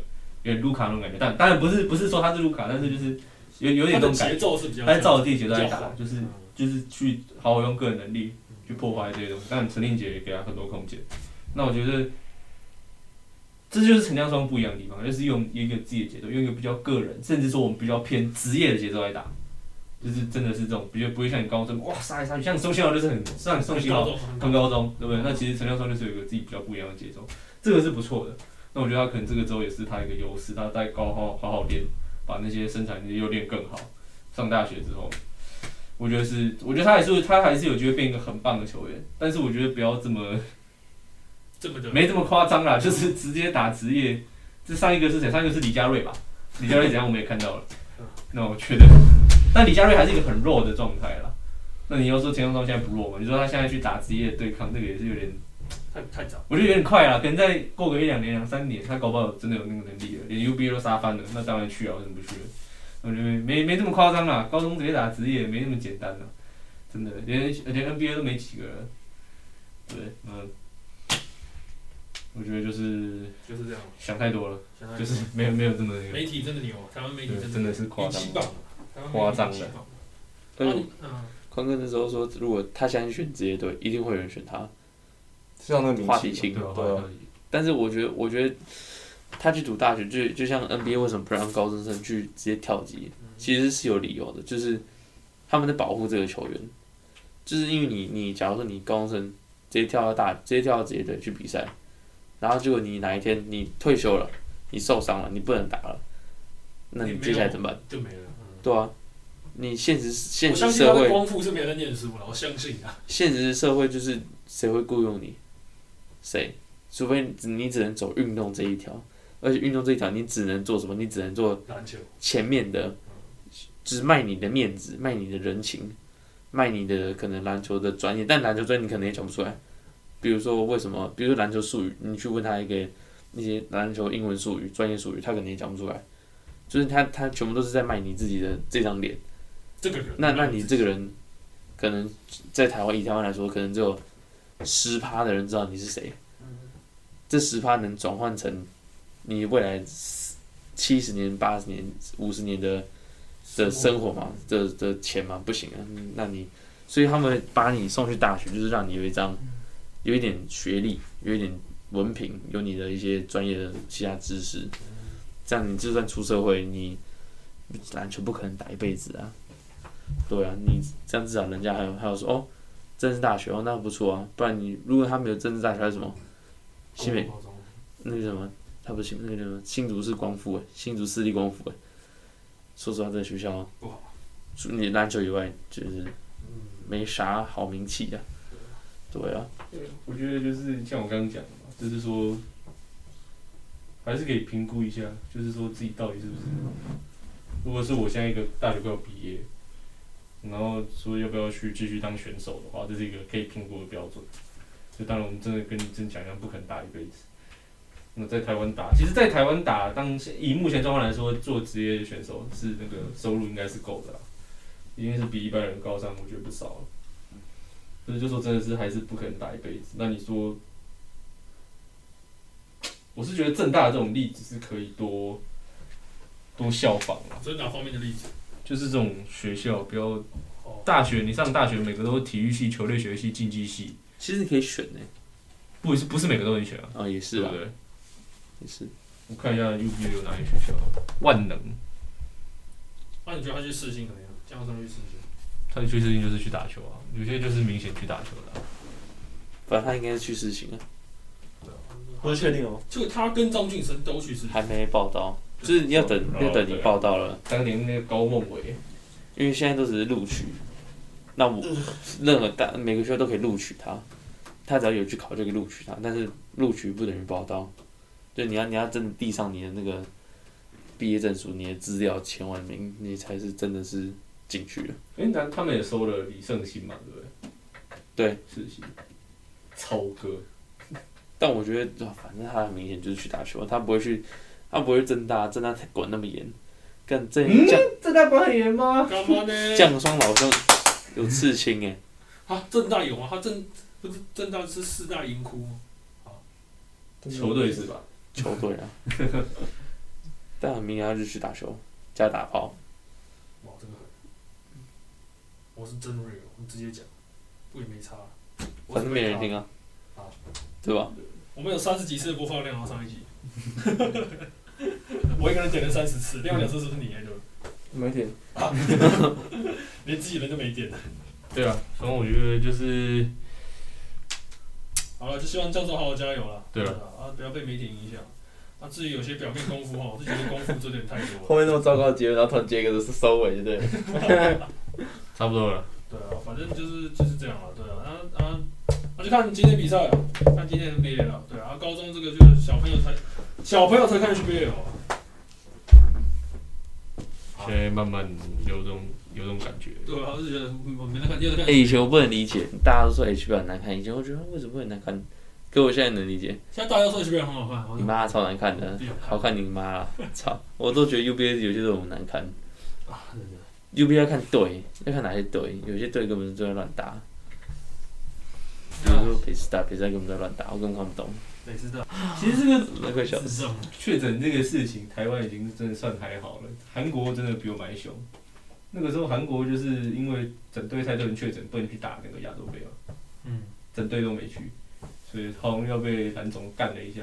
Speaker 2: 有点卢卡那种感觉，但当然不是不是说他是卢卡，但是就是有有点
Speaker 1: 他
Speaker 2: 那
Speaker 1: 的
Speaker 2: 种感
Speaker 1: 节
Speaker 2: 觉，
Speaker 1: 奏是比较
Speaker 2: 他在照着自己节奏在
Speaker 1: 比较
Speaker 2: 打，
Speaker 1: 缓
Speaker 2: 就是
Speaker 1: 嗯
Speaker 2: 就是去好好用个人能力去破坏这些东西。但陈令杰也给他很多空间。那我觉得这就是陈亮双不一样的地方，就是用一个自己的节奏，用一个比较个人，甚至说我们比较偏职业的节奏来打，就是真的是这种，比较不会像你高中哇杀来杀去，像宋信浩就是很像宋信浩很高中，对不对？那其实陈亮双就是有一个自己比较不一样的节奏，这个是不错的。那我觉得他可能这个周也是他一个优势，他在高好好好练，把那些身材那些又练更好。上大学之后，我觉得是，我觉得他还是他还是有机会变一个很棒的球员，但是我觉得不要这么
Speaker 1: 这么的
Speaker 2: 没这么夸张啦，就是直接打职业。这上一个是谁？上一个是李佳瑞吧？李佳瑞怎样我们也看到了。那我觉得，但李佳瑞还是一个很弱的状态啦。那你要说陈永松现在不弱嘛？你说他现在去打职业对抗，这个也是有点
Speaker 1: 太太早。
Speaker 2: 我觉得有点快啊了，可能再过个一两年、两三年，他搞不好真的有那个能力了，连 UBA 都杀翻了，那当然去啊，为什么不去？我觉得没没这么夸张啦，高中直接打职业没那么简单啦，啊真的，连连 NBA 都没几个了。对，嗯，我觉得就是
Speaker 1: 就是这样，
Speaker 2: 想太多了，
Speaker 1: 相当于
Speaker 2: 就是没有没有这么那个，
Speaker 1: 媒体真的牛，台湾媒体
Speaker 2: 对
Speaker 1: 真的
Speaker 2: 真的是
Speaker 1: 你
Speaker 2: 夸张
Speaker 1: 七。磅，台湾媒体
Speaker 2: 夸张
Speaker 1: 你七磅
Speaker 3: 但
Speaker 1: 啊
Speaker 3: 是
Speaker 1: 你嗯，
Speaker 3: 宽哥那时候说，如果他想选职业队，一定会有人选他。
Speaker 6: 像那个
Speaker 3: 话
Speaker 6: 明
Speaker 3: 题
Speaker 6: 星，
Speaker 3: 性
Speaker 6: 对
Speaker 3: 对
Speaker 6: 啊
Speaker 3: 啊
Speaker 6: 对啊，
Speaker 3: 但是我觉得，我觉得他去读大学，就就像 NBA 为什么不让高中生去直接跳级，其实是有理由的，就是他们在保护这个球员，就是因为你你假如说你高中生直接跳到大，直接跳到职业队去比赛，然后结果你哪一天你退休了，你受伤了，你不能打了，那
Speaker 1: 你
Speaker 3: 你
Speaker 1: 没有
Speaker 3: 接下来怎么办？
Speaker 1: 就没了。
Speaker 3: 对啊，你现实现
Speaker 1: 我相
Speaker 3: 实
Speaker 1: 信
Speaker 3: 社
Speaker 1: 他的
Speaker 3: 会，
Speaker 1: 光复是没有在念书了，我相信啊。
Speaker 3: 现实社会就是谁会雇佣你？谁？除非你只你只能走运动这一条，而且运动这一条你只能做什么？你只能做
Speaker 1: 篮球，
Speaker 3: 前面的，只卖你的面子，卖你的人情，卖你的可能篮球的专业，但篮球专业你可能也讲不出来，比如说为什么，比如说篮球术语，你去问他一个那些篮球英文术语、专业术语，他可能也讲不出来。就是他他全部都是在卖你自己的这张脸。
Speaker 1: 这个人，
Speaker 3: 那那你这个人，可能在台湾以台湾来说，可能只有十趴的人知道你是谁。这十趴能转换成你未来七十年、八十年、五十年的的生活嘛，的的钱嘛，不行啊。那你，所以他们把你送去大学，就是让你有一张有一点学历，有一点文凭，有你的一些专业的其他知识。这样你就算出社会，你篮球不可能打一辈子啊。对啊，你这样至少人家还有还有说哦，政治大学哦，那不错啊。不然你如果他没有政治大学，还有什么新北
Speaker 1: 高中
Speaker 3: 那个什么，他不是那个什么新竹是光复诶，新竹私立光复诶。欸说实话，这个学校
Speaker 1: 不好，
Speaker 3: 除你篮球以外，就是没啥好名气啊。对啊，
Speaker 2: 我觉得就是像我刚刚讲的嘛，就是说，还是可以评估一下，就是说自己到底是不是，如果是我现在一个大学快要毕业，然后说要不要去继续当选手的话，这是一个可以评估的标准。就当然我们真的跟你真讲一样，不可能打一辈子。那在台湾打，其实，在台湾打，当时以目前状况来说，做职业选手是那个收入应该是够的啦，一定是比一般人高上，我觉得不少了。所以就说真的是还是不可能打一辈子。那你说，我是觉得正大的这种例子是可以多多效仿啊，
Speaker 1: 这是哪方面的例子？
Speaker 2: 就是这种学校不要
Speaker 1: 哦，
Speaker 2: 大学，你上大学每个都是体育系、球类学系、竞技系，
Speaker 3: 其实你可以选呢、
Speaker 2: 不是不是每个都能选啊，
Speaker 3: 哦，也是
Speaker 2: 对
Speaker 3: 啊
Speaker 2: 不，对？
Speaker 3: 也是。
Speaker 2: 我看一下 UB 有哪些学校，万能，
Speaker 1: 那啊你觉得他去试镜怎么样？江上去试镜，
Speaker 2: 他的最适应就是去打球啊，有些就是明显去打球的啊、
Speaker 3: 反正他应该是去试行啊，
Speaker 6: 不是确定哦。
Speaker 1: 就他跟张俊生都去试镜，
Speaker 3: 还没报道，就是你要等
Speaker 2: 哦
Speaker 3: 要等你报道了。
Speaker 2: 当年那个高梦伟，
Speaker 3: 因为现在都只是录取，那我任何大每个学校都可以录取他，他只要有去考就可以录取他，但是录取不等于报到，对，你要你要真的递上你的那个毕业证书，你的资料前万名，你才是真的是进去了。
Speaker 2: 哎、那他们也收了李胜信嘛，对不对？
Speaker 3: 对，
Speaker 2: 是是，超哥。
Speaker 3: 但我觉得，啊反正他很明显就是去打球，他不会去，他不会正大，正大管那么严，干正降
Speaker 2: 这代管很严吗？
Speaker 1: 干嘛呢？
Speaker 3: 降双老兄有刺青哎、
Speaker 1: 啊，正大有吗？他正不是正大是四大银窟吗？
Speaker 2: 球队是吧？
Speaker 3: 球队啊，但很明显他就去打球加打炮。
Speaker 1: 哇，这个狠！我是真 real，我直接讲，不也没差。我
Speaker 3: 反正没人听
Speaker 1: 啊。
Speaker 3: 啊
Speaker 1: 啊，
Speaker 3: 对吧？
Speaker 1: 我们有三十几次的播放量啊，上一集。 [LAUGHS] 我一个人点了三十次，另外两次是不是你点的？
Speaker 6: 没点，
Speaker 1: 连自己人都没点。
Speaker 2: 对啊，反正我觉得就是
Speaker 1: 好了，就希望教授好好加油了。
Speaker 2: 对了
Speaker 1: 啊，不要被媒体影响。那、至于有些表面功夫哈，我是觉得功夫真的有点太多了。
Speaker 3: [LAUGHS]
Speaker 6: 后面那么糟糕的结论，然后突然接一个是收尾，对不对了？
Speaker 2: 差不多了。
Speaker 1: 对啊，反正就是就是这样了，对啊，然后啊，我就看今天比赛了，看今天 NBA 了，对啊，高中这个就是小朋友才小朋友才看 NBA 哦，
Speaker 2: 现在慢慢有种有种感觉，
Speaker 1: 对啊，我是觉得我没在看，又在看，
Speaker 3: 哎，以前我不能理解，大家都说哎 HBO 很难看，以前我觉得为什么会很难看，可我现在能理解，
Speaker 1: 现在大家说 NBA 很好看，我
Speaker 3: 你妈超难看的
Speaker 1: 不想，看
Speaker 3: 好看你妈啊，操！我都觉得 UBA 有些都很难看
Speaker 1: 啊，真的，
Speaker 3: ，UBA 要看队，要看哪些队，有些队根本就在乱
Speaker 1: 啊
Speaker 3: 打，比如说比斯打比赛根本就在乱打，我根本看不懂，
Speaker 1: 每次都
Speaker 2: 其实这个
Speaker 3: 那快笑死！
Speaker 1: 这种，
Speaker 2: 确诊这个事情，台湾已经真的算还好了，韩国真的比我们还凶。那个时候韩国就是因为整队太多人确诊，不能去打那个亚洲杯嘛，
Speaker 1: 嗯，
Speaker 2: 整队都没去，所以好像要被蓝总干了一下，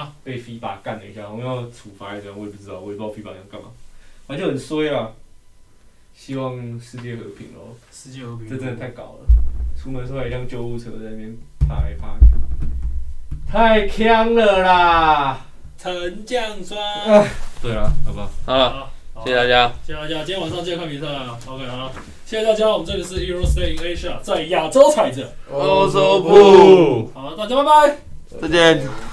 Speaker 1: 啊，
Speaker 2: 被 FIBA 干了一下，好像要处罚一下，我也不知道，我也不知道 FIBA 要干嘛，反正就很衰啊。希望世界和平喽。
Speaker 1: 世界和平，
Speaker 2: 这真的太搞了！出门的时候还有一辆救护车在那边爬来爬去，太坑了啦！
Speaker 1: 沉降霜，
Speaker 2: 对啊，好吧，
Speaker 3: 好了，
Speaker 1: 好好
Speaker 3: 谢谢大家，
Speaker 1: 谢谢大家，今天晚上记得看比赛啊，OK 啊，谢谢大家，我们这里是 Euro Stay in Asia，在亚洲踩着，
Speaker 3: 欧洲
Speaker 6: 部
Speaker 2: 不。
Speaker 1: 好，大家拜拜。
Speaker 3: 再见。